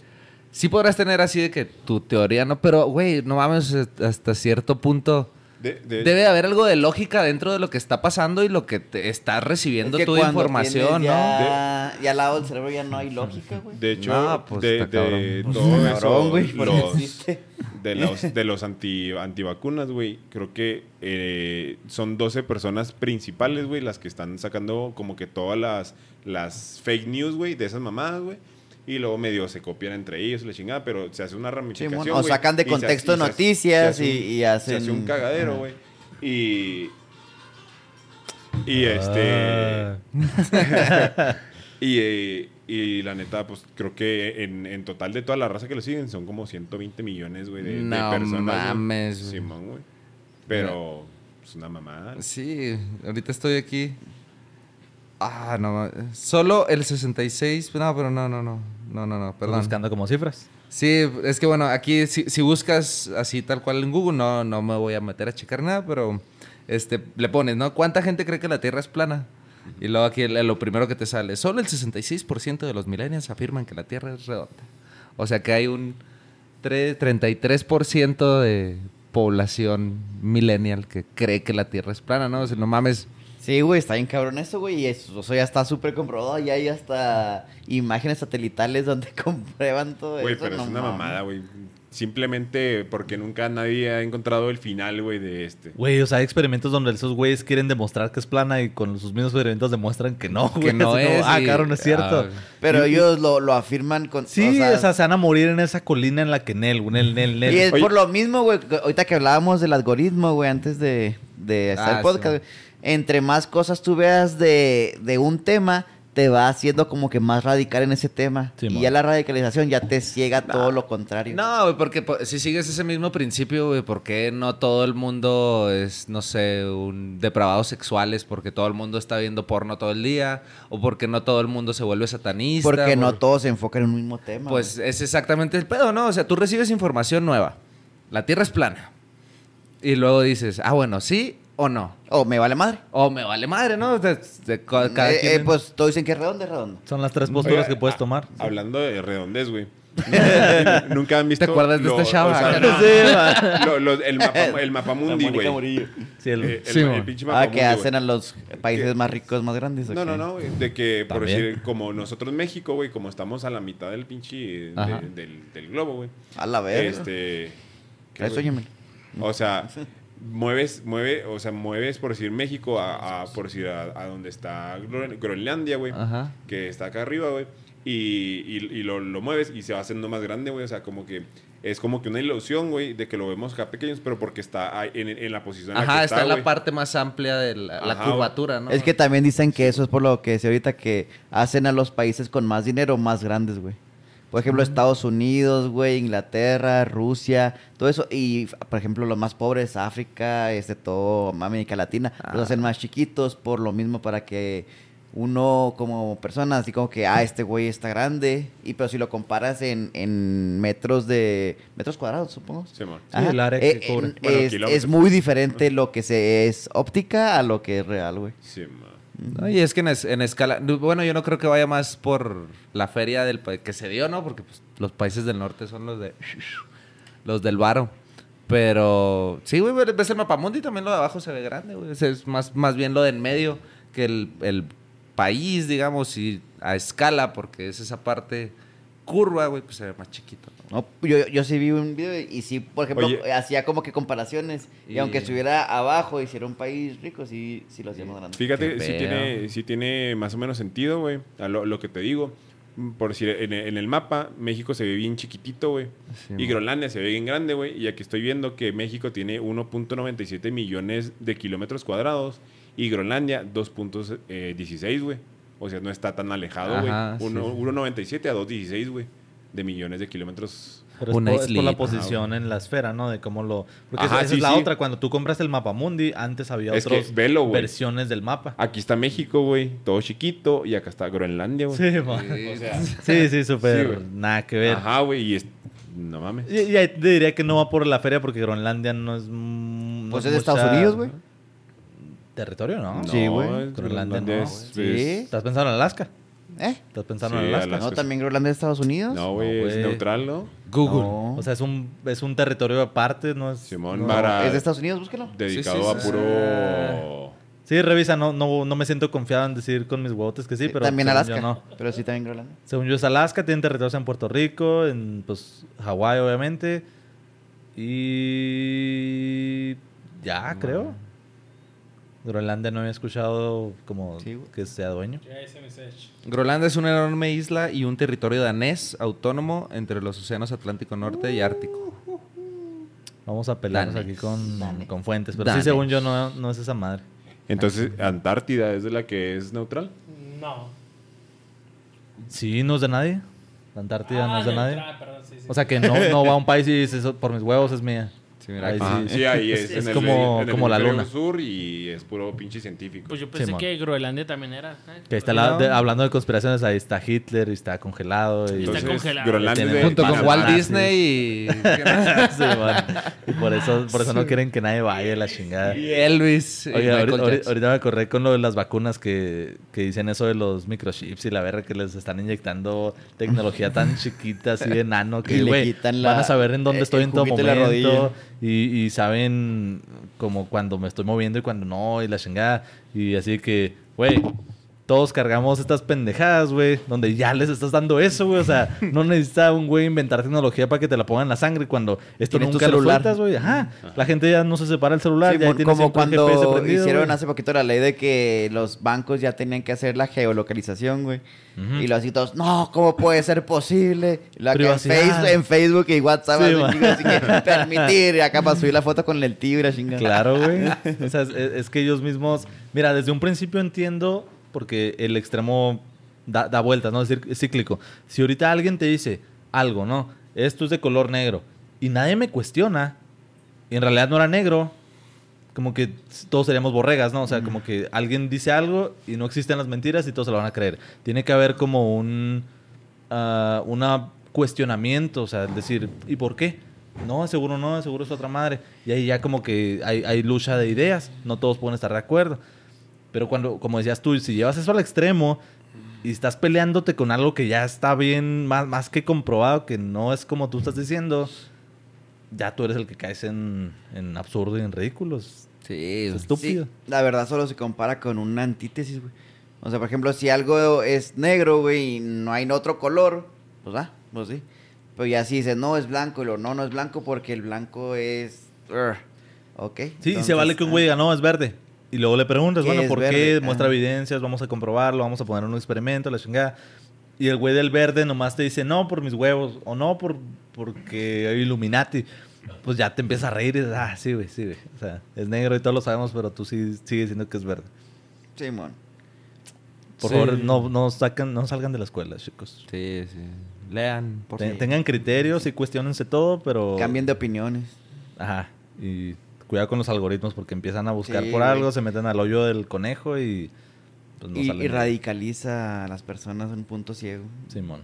Speaker 2: sí podrás tener así de que tu teoría, ¿no? Pero, güey, no mames, hasta cierto punto...
Speaker 1: De- de-
Speaker 2: Debe de haber algo de lógica dentro de lo que está pasando y lo que te estás recibiendo
Speaker 6: Es que
Speaker 2: tu
Speaker 6: cuando
Speaker 2: información,
Speaker 6: tienes
Speaker 2: ¿no?
Speaker 6: Ya, ya al lado del cerebro ya no hay lógica, güey.
Speaker 1: De hecho,
Speaker 2: No, pues,
Speaker 1: de,
Speaker 2: está
Speaker 1: de
Speaker 2: cabrón.
Speaker 1: todo
Speaker 6: Está
Speaker 1: eso,
Speaker 6: cabrón, güey, por
Speaker 1: los-
Speaker 6: decirte.
Speaker 1: de los, de los anti, antivacunas, güey, creo que eh, son 12 personas principales, güey, las que están sacando como que todas las, las fake news, güey, de esas mamadas, güey. Y luego medio se copian entre ellos, la chingada, pero se hace una
Speaker 6: Sí,
Speaker 1: ramificación.
Speaker 6: mon,
Speaker 1: güey,
Speaker 6: o sacan
Speaker 1: y
Speaker 6: de
Speaker 1: se hace-
Speaker 6: contexto
Speaker 1: y se hace-
Speaker 6: noticias
Speaker 1: se hace
Speaker 6: y-
Speaker 1: un-
Speaker 6: y hacen...
Speaker 1: Se hace un cagadero,
Speaker 6: Ajá.
Speaker 1: güey. Y... Y este...
Speaker 3: Ah.
Speaker 1: Y, eh, y la neta, pues creo que en, en total de toda la raza que lo siguen son como 120 millones, güey, de, de
Speaker 2: No
Speaker 1: personas. güey.
Speaker 2: mames, güey.
Speaker 1: Simón, güey. Pero es una mamada.
Speaker 2: Sí, ahorita estoy aquí. Ah, no. Solo el 66. No, pero no, no, no. No, no, no, perdón.
Speaker 3: Buscando como cifras.
Speaker 2: Sí, es que bueno, aquí si, si buscas así tal cual en Google, no, no me voy a meter a checar nada, pero este, le pones, ¿no? ¿Cuánta gente cree que la Tierra es plana? Y luego aquí el- lo primero que te sale, solo el 66% de los millennials afirman que la Tierra es redonda. O sea que hay un tre- 33% de población millennial que cree que la Tierra es plana, ¿no? O sea, no mames.
Speaker 6: Sí, güey, está bien cabrón eso, güey. Y eso, o sea, ya está súper comprobado. Ya hay hasta imágenes satelitales donde comprueban todo
Speaker 1: Güey,
Speaker 6: eso.
Speaker 1: pero
Speaker 6: no
Speaker 1: es una
Speaker 6: mames.
Speaker 1: mamada, güey. Simplemente porque nunca nadie ha encontrado el final, güey, de este.
Speaker 3: Güey, o sea, hay experimentos donde esos güeyes quieren demostrar que es plana y con sus mismos experimentos demuestran que no, güey.
Speaker 2: Que no
Speaker 3: Así como,
Speaker 2: es.
Speaker 3: ah,
Speaker 2: y-
Speaker 3: claro, no es cierto.
Speaker 2: ah,
Speaker 6: Pero ellos lo, lo afirman con.
Speaker 3: Sí,
Speaker 6: o sea,
Speaker 3: se van a morir en esa colina en la que Nel, güey, Nel, Nel, Nel.
Speaker 6: Y es
Speaker 1: Oye.
Speaker 6: por lo mismo, güey. que Ahorita que hablábamos del algoritmo, güey, antes de, de hacer
Speaker 2: Ah,
Speaker 6: el podcast. güey,
Speaker 2: sí.
Speaker 6: Entre más cosas tú veas de, de un tema, te va haciendo como que más radical en ese tema.
Speaker 3: Sí,
Speaker 6: y
Speaker 3: mon.
Speaker 6: ya la radicalización ya te ciega todo lo contrario.
Speaker 2: No, güey, porque po- si sigues ese mismo principio, güey, ¿por qué no todo el mundo es, no sé, un depravado sexuales? Porque todo el mundo está viendo porno todo el día. O porque no todo el mundo se vuelve satanista.
Speaker 6: Porque no
Speaker 2: por-
Speaker 6: todos se enfocan en un mismo tema.
Speaker 2: Pues
Speaker 6: güey.
Speaker 2: es exactamente el pedo, ¿no? O sea, tú recibes información nueva. La Tierra es plana. Y luego dices, ah, bueno, sí o no.
Speaker 6: O me vale madre.
Speaker 2: O me vale madre, ¿no? De- de co- cada
Speaker 6: Eh, eh,
Speaker 2: quien-
Speaker 6: pues todos dicen que es redondo, es redondo.
Speaker 3: Son las tres posturas
Speaker 1: Oiga,
Speaker 3: que puedes
Speaker 1: a-
Speaker 3: tomar.
Speaker 1: Hablando de redondez, güey. Nunca- Nunca han visto.
Speaker 2: acuerdas de esta chava?
Speaker 1: no. Lo- lo- el, mapa, el mapamundi, güey.
Speaker 3: Sí, el-
Speaker 1: Eh, el-
Speaker 2: Sí,
Speaker 1: el
Speaker 2: güey.
Speaker 1: pinche
Speaker 6: Ah,
Speaker 1: mapamundi,
Speaker 6: que hacen
Speaker 1: güey.
Speaker 6: a los países más ricos, más grandes. ¿o
Speaker 1: No,
Speaker 6: qué?
Speaker 1: no, no. güey, De que, por
Speaker 3: También.
Speaker 1: decir, como nosotros México, güey, como estamos a la mitad del pinche. eh, de-
Speaker 2: Ajá.
Speaker 1: del, del globo, güey.
Speaker 6: A la verga.
Speaker 1: Este. ¿qué,
Speaker 6: Ay,
Speaker 1: güey?
Speaker 6: sóñame.
Speaker 1: O sea, mueves, mueve, o sea, mueves, por decir, México a, a- por decir, a, a donde está Gro- Groenlandia, güey.
Speaker 2: Ajá.
Speaker 1: Que está acá arriba, güey. Y, y- y lo, lo mueves y se va haciendo más grande, güey. O sea, como que es como que una ilusión, güey, de que lo vemos acá pequeños, pero porque está ahí en, en la posición en la
Speaker 2: Ajá,
Speaker 1: que
Speaker 2: está en la
Speaker 1: güey.
Speaker 2: parte más amplia de la, la
Speaker 1: Ajá, güey.
Speaker 2: curvatura, ¿no?
Speaker 6: Es que también dicen que eso es por lo que decía ahorita que hacen a los países con más dinero más grandes, güey. Por ejemplo, Estados Unidos, güey, Inglaterra, Rusia, todo eso. Y, f- por ejemplo, los más pobres, África, este, todo América Latina, los
Speaker 2: Ah.
Speaker 6: hacen más chiquitos por lo mismo para que uno como persona, así como que, ah, este güey está grande. Y pero si lo comparas en, en metros de... metros cuadrados, supongo. Eh,
Speaker 1: Sí, mon.
Speaker 3: Sí, el área que cubre.
Speaker 6: en-
Speaker 1: Bueno,
Speaker 6: es, es
Speaker 1: kilómetros.
Speaker 6: muy diferente lo que se es óptica a lo que es real, güey.
Speaker 1: Sí, mon.
Speaker 2: No, y es que en, es- en escala... no, Bueno, yo no creo que vaya más por la feria del pa- que se dio, ¿no? Porque pues, los países del norte son los de... Los del varo. Pero... Sí, güey, pero ves el mapamundi también lo de abajo se ve grande, güey. Ese Es más, más bien lo de en medio que el, el país, digamos, y a escala, porque es esa parte curva, güey, pues se ve más chiquito. ¿no?
Speaker 6: No, yo, yo sí vi un video y sí, por ejemplo,
Speaker 1: Oye.
Speaker 6: hacía como que comparaciones. Y,
Speaker 2: Y-
Speaker 6: aunque estuviera abajo y si era un país rico, sí, sí lo hacíamos grande.
Speaker 1: Fíjate,
Speaker 2: Qué
Speaker 1: sí
Speaker 2: feo.
Speaker 1: tiene, sí tiene más o menos sentido, güey, a lo, lo que te digo. Mm, Por decir, en, el- en el mapa, México se ve bien chiquitito, güey. y Groenlandia se ve bien grande, güey. Y aquí estoy viendo que México tiene 1.97 millones de kilómetros cuadrados y Groenlandia 2.16, güey. O sea, no está tan alejado, güey.
Speaker 2: Ajá, sí,
Speaker 1: Uno-
Speaker 2: sí.
Speaker 1: 1.97 a 2.16, güey. De millones de kilómetros.
Speaker 3: Pero es
Speaker 2: Una
Speaker 3: por, es por la
Speaker 2: islita.
Speaker 3: posición en la esfera, ¿no? De cómo lo... Porque
Speaker 1: Ajá,
Speaker 3: esa, esa
Speaker 1: sí,
Speaker 3: es la
Speaker 1: sí.
Speaker 3: otra. Cuando tú compras el mapa mundi, antes había
Speaker 1: Es que
Speaker 3: otras
Speaker 1: velo, güey. Ah,
Speaker 3: versiones del mapa.
Speaker 1: Aquí está México, güey. Todo chiquito. Y acá está Groenlandia, güey.
Speaker 3: Sí, ma.
Speaker 1: O sea,
Speaker 3: sí, sí,
Speaker 1: Sí,
Speaker 3: súper...
Speaker 1: güey.
Speaker 3: nada que ver.
Speaker 1: ajá, güey. Y es... No mames.
Speaker 3: Y, y ahí te diría que no va por la feria porque Groenlandia no es... mm, no
Speaker 6: Pues es de
Speaker 3: mucha-
Speaker 6: Estados Unidos, güey.
Speaker 3: Territorio, ¿no?
Speaker 1: No,
Speaker 6: Sí, güey.
Speaker 1: es
Speaker 3: Groenlandia no,
Speaker 1: es-
Speaker 6: güey.
Speaker 1: es-
Speaker 6: Sí.
Speaker 3: ¿Estás pensando en Alaska?
Speaker 6: ¿Eh?
Speaker 3: ¿Estás pensando
Speaker 1: Sí,
Speaker 3: en Alaska?
Speaker 1: Alaska.
Speaker 6: ¿No también Groenlandia es Estados Unidos?
Speaker 1: No, güey, es
Speaker 3: güey.
Speaker 1: neutral, ¿no?
Speaker 2: Google.
Speaker 6: No.
Speaker 3: O sea, es un, es un territorio aparte, ¿no? Es,
Speaker 1: Simón,
Speaker 3: no-
Speaker 1: para-
Speaker 6: ¿Es de Estados Unidos? Búsquelo.
Speaker 1: Dedicado
Speaker 2: sí,
Speaker 1: a
Speaker 2: sí.
Speaker 1: puro...
Speaker 3: Sí, revisa, no, no, no me siento confiado en decir con mis huevotes que sí, pero...
Speaker 6: también
Speaker 3: según
Speaker 6: Alaska.
Speaker 3: yo no.
Speaker 6: Pero sí, también Groenlandia.
Speaker 3: Según yo es Alaska, tienen territorios en Puerto Rico, en pues Hawái obviamente. Y ya, creo. Groenlandia no había escuchado como
Speaker 6: Sí, güey.
Speaker 3: que sea dueño.
Speaker 2: Groenlandia es una enorme isla y un territorio danés autónomo entre los océanos Atlántico Norte y Ártico.
Speaker 3: Vamos a pelearnos
Speaker 2: Danes.
Speaker 3: aquí con,
Speaker 6: Danes.
Speaker 3: con fuentes. Pero
Speaker 2: Danes.
Speaker 3: sí, según yo no, no es esa madre.
Speaker 1: Entonces, Antártida es de la que es neutral.
Speaker 5: No.
Speaker 3: Sí, no es de nadie. La Antártida no es de
Speaker 5: Ah,
Speaker 3: nadie.
Speaker 5: entrada, perdón, sí, sí.
Speaker 3: O sea que no, no va a un país y dices, "Eso por mis huevos es mía.
Speaker 2: Sí, mira,
Speaker 3: Ahí
Speaker 1: Ajá. Sí, ahí es.
Speaker 3: Es
Speaker 1: en el-
Speaker 3: como-
Speaker 1: en el
Speaker 3: como la
Speaker 1: hemisferio
Speaker 3: luna.
Speaker 1: sur y es puro pinche científico.
Speaker 5: Pues yo pensé
Speaker 3: Simón.
Speaker 5: que Groenlandia también era. ¿eh?
Speaker 3: Que ahí está la-
Speaker 2: No.
Speaker 3: de- hablando de conspiraciones, ahí está Hitler y está congelado. Y
Speaker 5: Está
Speaker 1: Entonces,
Speaker 5: congelado.
Speaker 1: Groenlandia es de-
Speaker 3: Tiene-
Speaker 2: Junto con
Speaker 3: Panamá,
Speaker 2: Walt
Speaker 3: sí.
Speaker 2: Disney y,
Speaker 3: Sí, man. Y por eso, por eso no quieren que nadie vaya a la chingada.
Speaker 2: y Elvis. y
Speaker 3: Oye,
Speaker 2: Michael
Speaker 3: ahorita, ahorita-
Speaker 2: Jackson.
Speaker 3: ahorita me acordé con lo de las vacunas que, que dicen eso de los microchips y la verga que les están inyectando tecnología tan chiquita, así de nano,
Speaker 6: Y
Speaker 3: que
Speaker 6: le
Speaker 3: güey,
Speaker 6: quitan la-
Speaker 3: van a saber en dónde
Speaker 6: el-
Speaker 3: estoy
Speaker 6: el
Speaker 3: en todo
Speaker 6: juguito de la rodilla.
Speaker 3: momento y, y saben como cuando me estoy moviendo y cuando no y la chingada. Y así que, güey, todos cargamos estas pendejadas, güey, donde ya les estás dando eso, güey. O sea, no necesita un güey inventar tecnología para que te la pongan en la sangre cuando esto
Speaker 6: Tienes tu
Speaker 3: nunca lo
Speaker 6: celular.
Speaker 3: sueltas, güey. Ajá. La gente ya no se separa el celular,
Speaker 6: Sí,
Speaker 3: ya
Speaker 6: por-
Speaker 3: tiene
Speaker 6: como
Speaker 3: siempre el GPS
Speaker 6: cuando
Speaker 3: prendido,
Speaker 6: hicieron
Speaker 3: güey.
Speaker 6: hace poquito la ley de que los bancos ya tenían que hacer la geolocalización, güey. Y los así todos, no, ¿cómo puede ser posible? La que en,
Speaker 3: Privacidad.
Speaker 6: Facebook, en Facebook y WhatsApp,
Speaker 3: Sí,
Speaker 6: hacen
Speaker 3: ma.
Speaker 6: chingo, así que permitir, y acá para subir la foto con el tigre, chingada.
Speaker 3: Claro, güey. O sea, es, es que ellos mismos. Mira, desde un principio entiendo porque el extremo da, da vueltas, ¿no? Es cir- es cíclico. Si ahorita alguien te dice algo, ¿no? Esto es de color negro y nadie me cuestiona, y en realidad no era negro, como que todos seríamos borregas, ¿no? O sea, como que alguien dice algo y no existen las mentiras y todos se lo van a creer. Tiene que haber como un ah, una cuestionamiento, o sea, el decir, ¿y por qué? No, seguro no, seguro es otra madre. Y ahí ya como que hay, hay lucha de ideas, no todos pueden estar de acuerdo. Pero cuando, como decías tú, si llevas eso al extremo y estás peleándote con algo que ya está bien, más, más que comprobado, que no es como tú estás diciendo, ya tú eres el que caes en, en absurdo y en ridículos.
Speaker 6: Sí,
Speaker 3: Es estúpido.
Speaker 6: sí, la verdad solo se compara con una antítesis, güey. O sea, por ejemplo, si algo es negro, güey, y no hay otro color, pues ah, pues sí. Pero ya si dices, no, es blanco, y lo no, no es blanco porque el blanco es... Ur. Ok.
Speaker 3: Sí, y se
Speaker 6: entonces,
Speaker 3: vale que un güey
Speaker 6: ah.
Speaker 3: diga, no, es verde. Y luego le preguntas,
Speaker 6: ¿Qué
Speaker 3: bueno,
Speaker 6: es
Speaker 3: ¿por
Speaker 6: verde? Ah.
Speaker 3: qué? Muestra
Speaker 6: Ajá.
Speaker 3: evidencias, vamos a comprobarlo, vamos a poner un experimento, la chingada. Y el güey del verde nomás te dice, no, por mis huevos, o no, por, porque hay Illuminati. Pues ya te empiezas a reír y dices, ah, sí, güey, sí, güey. O sea, es negro y todos lo sabemos, pero tú sí sigues diciendo que es verde.
Speaker 6: Simón.
Speaker 3: Por
Speaker 2: Sí.
Speaker 3: favor, no, no, sacan, no salgan de la escuela, chicos.
Speaker 2: Sí, sí. Lean, por
Speaker 3: Ten-
Speaker 2: favor.
Speaker 3: Tengan criterios y cuestionense todo, pero...
Speaker 6: Cambien de opiniones.
Speaker 3: Ajá. Y cuidado con los algoritmos porque empiezan a buscar
Speaker 6: Sí,
Speaker 3: por
Speaker 6: güey.
Speaker 3: algo, se meten al hoyo del conejo y. Pues no
Speaker 6: y,
Speaker 3: salen
Speaker 6: y
Speaker 3: de-
Speaker 6: radicaliza a las personas en un punto ciego.
Speaker 3: Simón.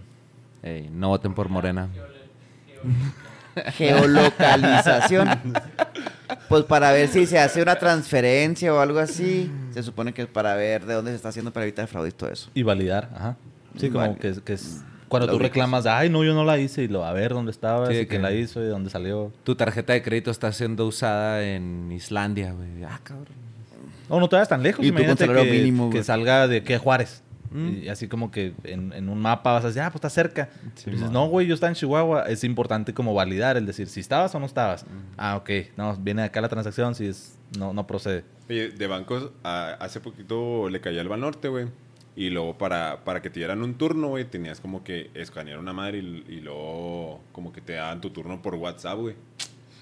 Speaker 2: Ey, no voten por Morena.
Speaker 6: Geolocalización. pues para ver si se hace una transferencia o algo así. Se supone que es para ver de dónde se está haciendo para evitar fraude y todo eso.
Speaker 3: Y validar, ajá. Sí,
Speaker 6: Vale.
Speaker 3: como que, es- que es. Cuando
Speaker 6: Lo
Speaker 3: tú
Speaker 6: ubicas.
Speaker 3: reclamas, ay, no, yo no la hice, y lo a ver dónde estaba,
Speaker 2: Sí,
Speaker 3: y
Speaker 2: de
Speaker 3: quién
Speaker 2: que-
Speaker 3: la hizo y dónde salió.
Speaker 2: Tu tarjeta de crédito está siendo usada en Islandia, güey. Ah, cabrón.
Speaker 3: No, no te vayas tan lejos.
Speaker 6: Y tú con
Speaker 3: imagínate
Speaker 6: salario
Speaker 3: que,
Speaker 6: mínimo,
Speaker 3: que
Speaker 6: güey. Mm.
Speaker 3: salga de qué Juárez. Y así como que en, en un mapa vas a decir, ah, pues está cerca. Y dices, no, güey, yo estaba en Chihuahua. Es importante como validar, el decir si estabas o no
Speaker 6: Mm.
Speaker 3: estabas. Ah, ok, no, viene acá la transacción, si es, no, no procede.
Speaker 1: Oye, de bancos, a- hace poquito le cayó al Banorte, güey. Y luego para, para que te dieran un turno, güey, tenías como que escanear una madre y, y luego como que te daban tu turno por WhatsApp, güey.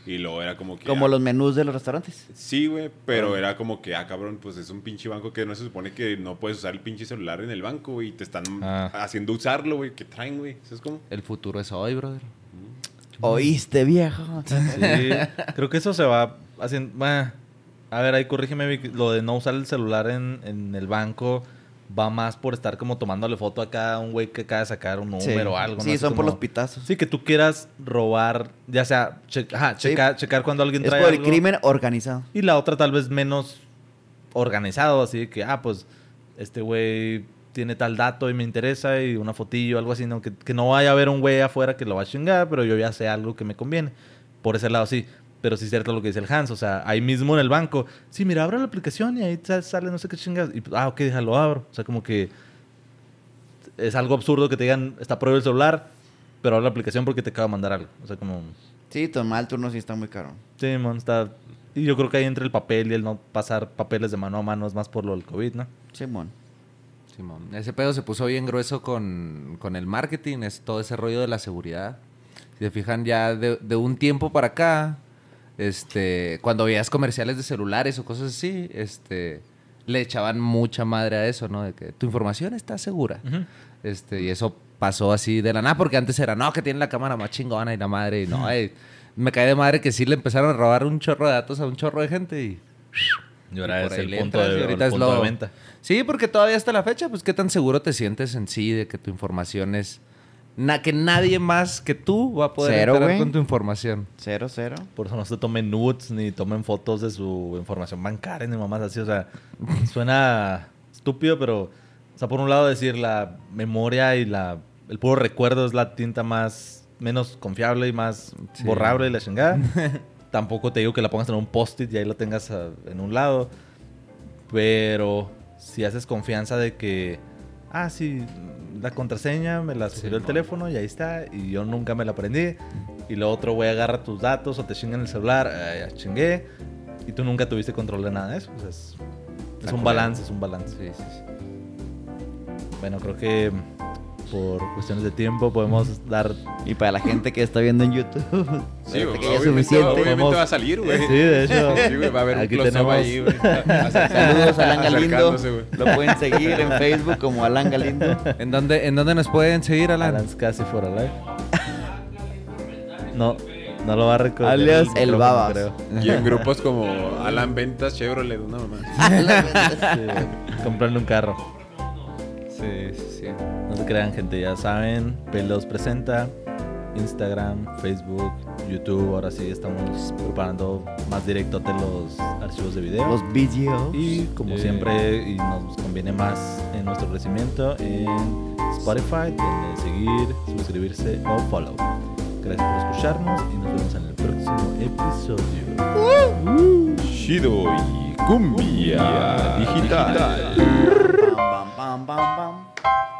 Speaker 1: Y luego era como que...
Speaker 6: Como
Speaker 1: ah,
Speaker 6: los menús de los restaurantes.
Speaker 1: Sí, güey, pero era como que, ah, cabrón, pues es un pinche banco que no se supone que no puedes usar el pinche celular en el banco, güey. Y te están
Speaker 3: Ah.
Speaker 1: haciendo usarlo, güey. ¿Qué traen, güey? ¿Sabes cómo?
Speaker 2: El futuro es hoy, brother.
Speaker 6: Oíste, viejo.
Speaker 3: Sí, creo que eso se va haciendo. bueno, a ver, ahí corrígeme, Vic, lo de no usar el celular en, en el banco va más por estar como tomándole foto a cada un güey que acaba de sacar un número
Speaker 6: Sí.
Speaker 3: o algo. ¿no?
Speaker 6: Sí,
Speaker 3: Así
Speaker 6: son por
Speaker 3: como-
Speaker 6: los pitazos.
Speaker 3: Sí, que tú quieras robar, ya sea che- ajá,
Speaker 6: Sí.
Speaker 3: checar, checar cuando alguien
Speaker 6: Es
Speaker 3: trae.
Speaker 6: por el
Speaker 3: algo.
Speaker 6: crimen organizado.
Speaker 3: Y la otra tal vez menos organizado, así de que, ah, pues este güey tiene tal dato y me interesa y una fotillo, algo así, ¿no? Que, que no vaya a haber un güey afuera que lo va a chingar, pero yo ya sé algo que me conviene. Por ese lado sí, pero sí es cierto lo que dice el Hans, o sea, ahí mismo en el banco, sí, mira, abro la aplicación y ahí sa- sale no sé qué chingas, y ah, ok, déjalo, abro. O sea, como que es algo absurdo que te digan, está prohibido el celular, pero abre la aplicación porque te acaba de mandar algo. O sea, como...
Speaker 6: Sí, tomar el turno sí está muy caro.
Speaker 3: Sí, mon, está. Y yo creo que ahí entre el papel y el no pasar papeles de mano a mano es más por lo del COVID, ¿no?
Speaker 6: Simón.
Speaker 2: Simón. Ese pedo se puso bien grueso con, con el marketing, es todo ese rollo de la seguridad. Si se fijan, ya de, de un tiempo para acá, este, cuando veías comerciales de celulares o cosas así, este, le echaban mucha madre a eso, ¿no? De que tu información está segura. Este, y eso pasó así de la nada, porque antes era, no, que tienen la cámara más chingona y la madre, y no, ay, me cae de madre que sí le empezaron a robar un chorro de datos a un chorro de gente y...
Speaker 3: Y
Speaker 2: Y
Speaker 3: ahora
Speaker 2: por
Speaker 3: es
Speaker 2: ahí
Speaker 3: el
Speaker 2: le
Speaker 3: punto,
Speaker 2: entras y
Speaker 3: de,
Speaker 2: ahorita
Speaker 3: el
Speaker 2: es
Speaker 3: punto de
Speaker 2: lo-
Speaker 3: venta.
Speaker 2: Sí, porque todavía hasta la fecha, pues qué tan seguro te sientes en sí de que tu información es... na- que nadie más que tú va a poder
Speaker 6: Cero,
Speaker 2: entrar
Speaker 6: güey.
Speaker 2: con tu información.
Speaker 6: Cero, cero.
Speaker 3: Por eso no se tomen nudes ni tomen fotos de su información bancaria ni mamás así. O sea, suena estúpido, pero. O sea, por un lado decir la memoria y la, el puro recuerdo es la tinta más. menos confiable y más
Speaker 2: Sí.
Speaker 3: borrable y la chingada. Tampoco te digo que la pongas en un post-it y ahí la tengas ah, en un lado. Pero si haces confianza de que, ah, sí, la contraseña me la sugirió el teléfono y ahí está, y yo nunca me la aprendí, y lo otro, güey, agarra tus datos o te chingan el celular, "Ay, ya chingué, y tú nunca tuviste control de nada de eso. o sea, es es un balance, es un balance.
Speaker 2: Sí, sí, sí.
Speaker 3: Bueno, creo que por cuestiones de tiempo podemos dar...
Speaker 6: Y para la gente que está viendo en YouTube,
Speaker 1: Sí,
Speaker 6: parece
Speaker 1: güey,
Speaker 6: que ya es
Speaker 1: obviamente, va-
Speaker 6: suficiente.
Speaker 1: obviamente va a salir, güey.
Speaker 3: Sí, de hecho.
Speaker 1: Sí, güey, va a haber un
Speaker 3: Aquí
Speaker 1: close
Speaker 3: tenemos-
Speaker 1: ahí, güey. Saludos
Speaker 6: Saludos a Alan Galindo.
Speaker 1: Acercándose, güey.
Speaker 6: Lo pueden seguir en Facebook como Alan Galindo.
Speaker 2: ¿En dónde, ¿En dónde nos pueden seguir, Alan?
Speaker 3: Alan's casi for alive. No, no lo va a recordar.
Speaker 6: Alias el Babas.
Speaker 1: Y en grupos como Alan Ventas, Chevrolet, una mamá.
Speaker 3: comprarle un carro.
Speaker 2: Sí, sí, sí.
Speaker 3: No se crean, gente, ya saben. Pelos presenta Instagram, Facebook, YouTube. Ahora sí estamos preparando más directo de los archivos de video.
Speaker 6: Los videos.
Speaker 3: y como siempre, y nos conviene más en nuestro crecimiento en Spotify, denle seguir, suscribirse o follow. Gracias por escucharnos y nos vemos en el próximo episodio.
Speaker 1: Shido y Cumbia Digital.
Speaker 6: Bam, bam, bam, bam, bam.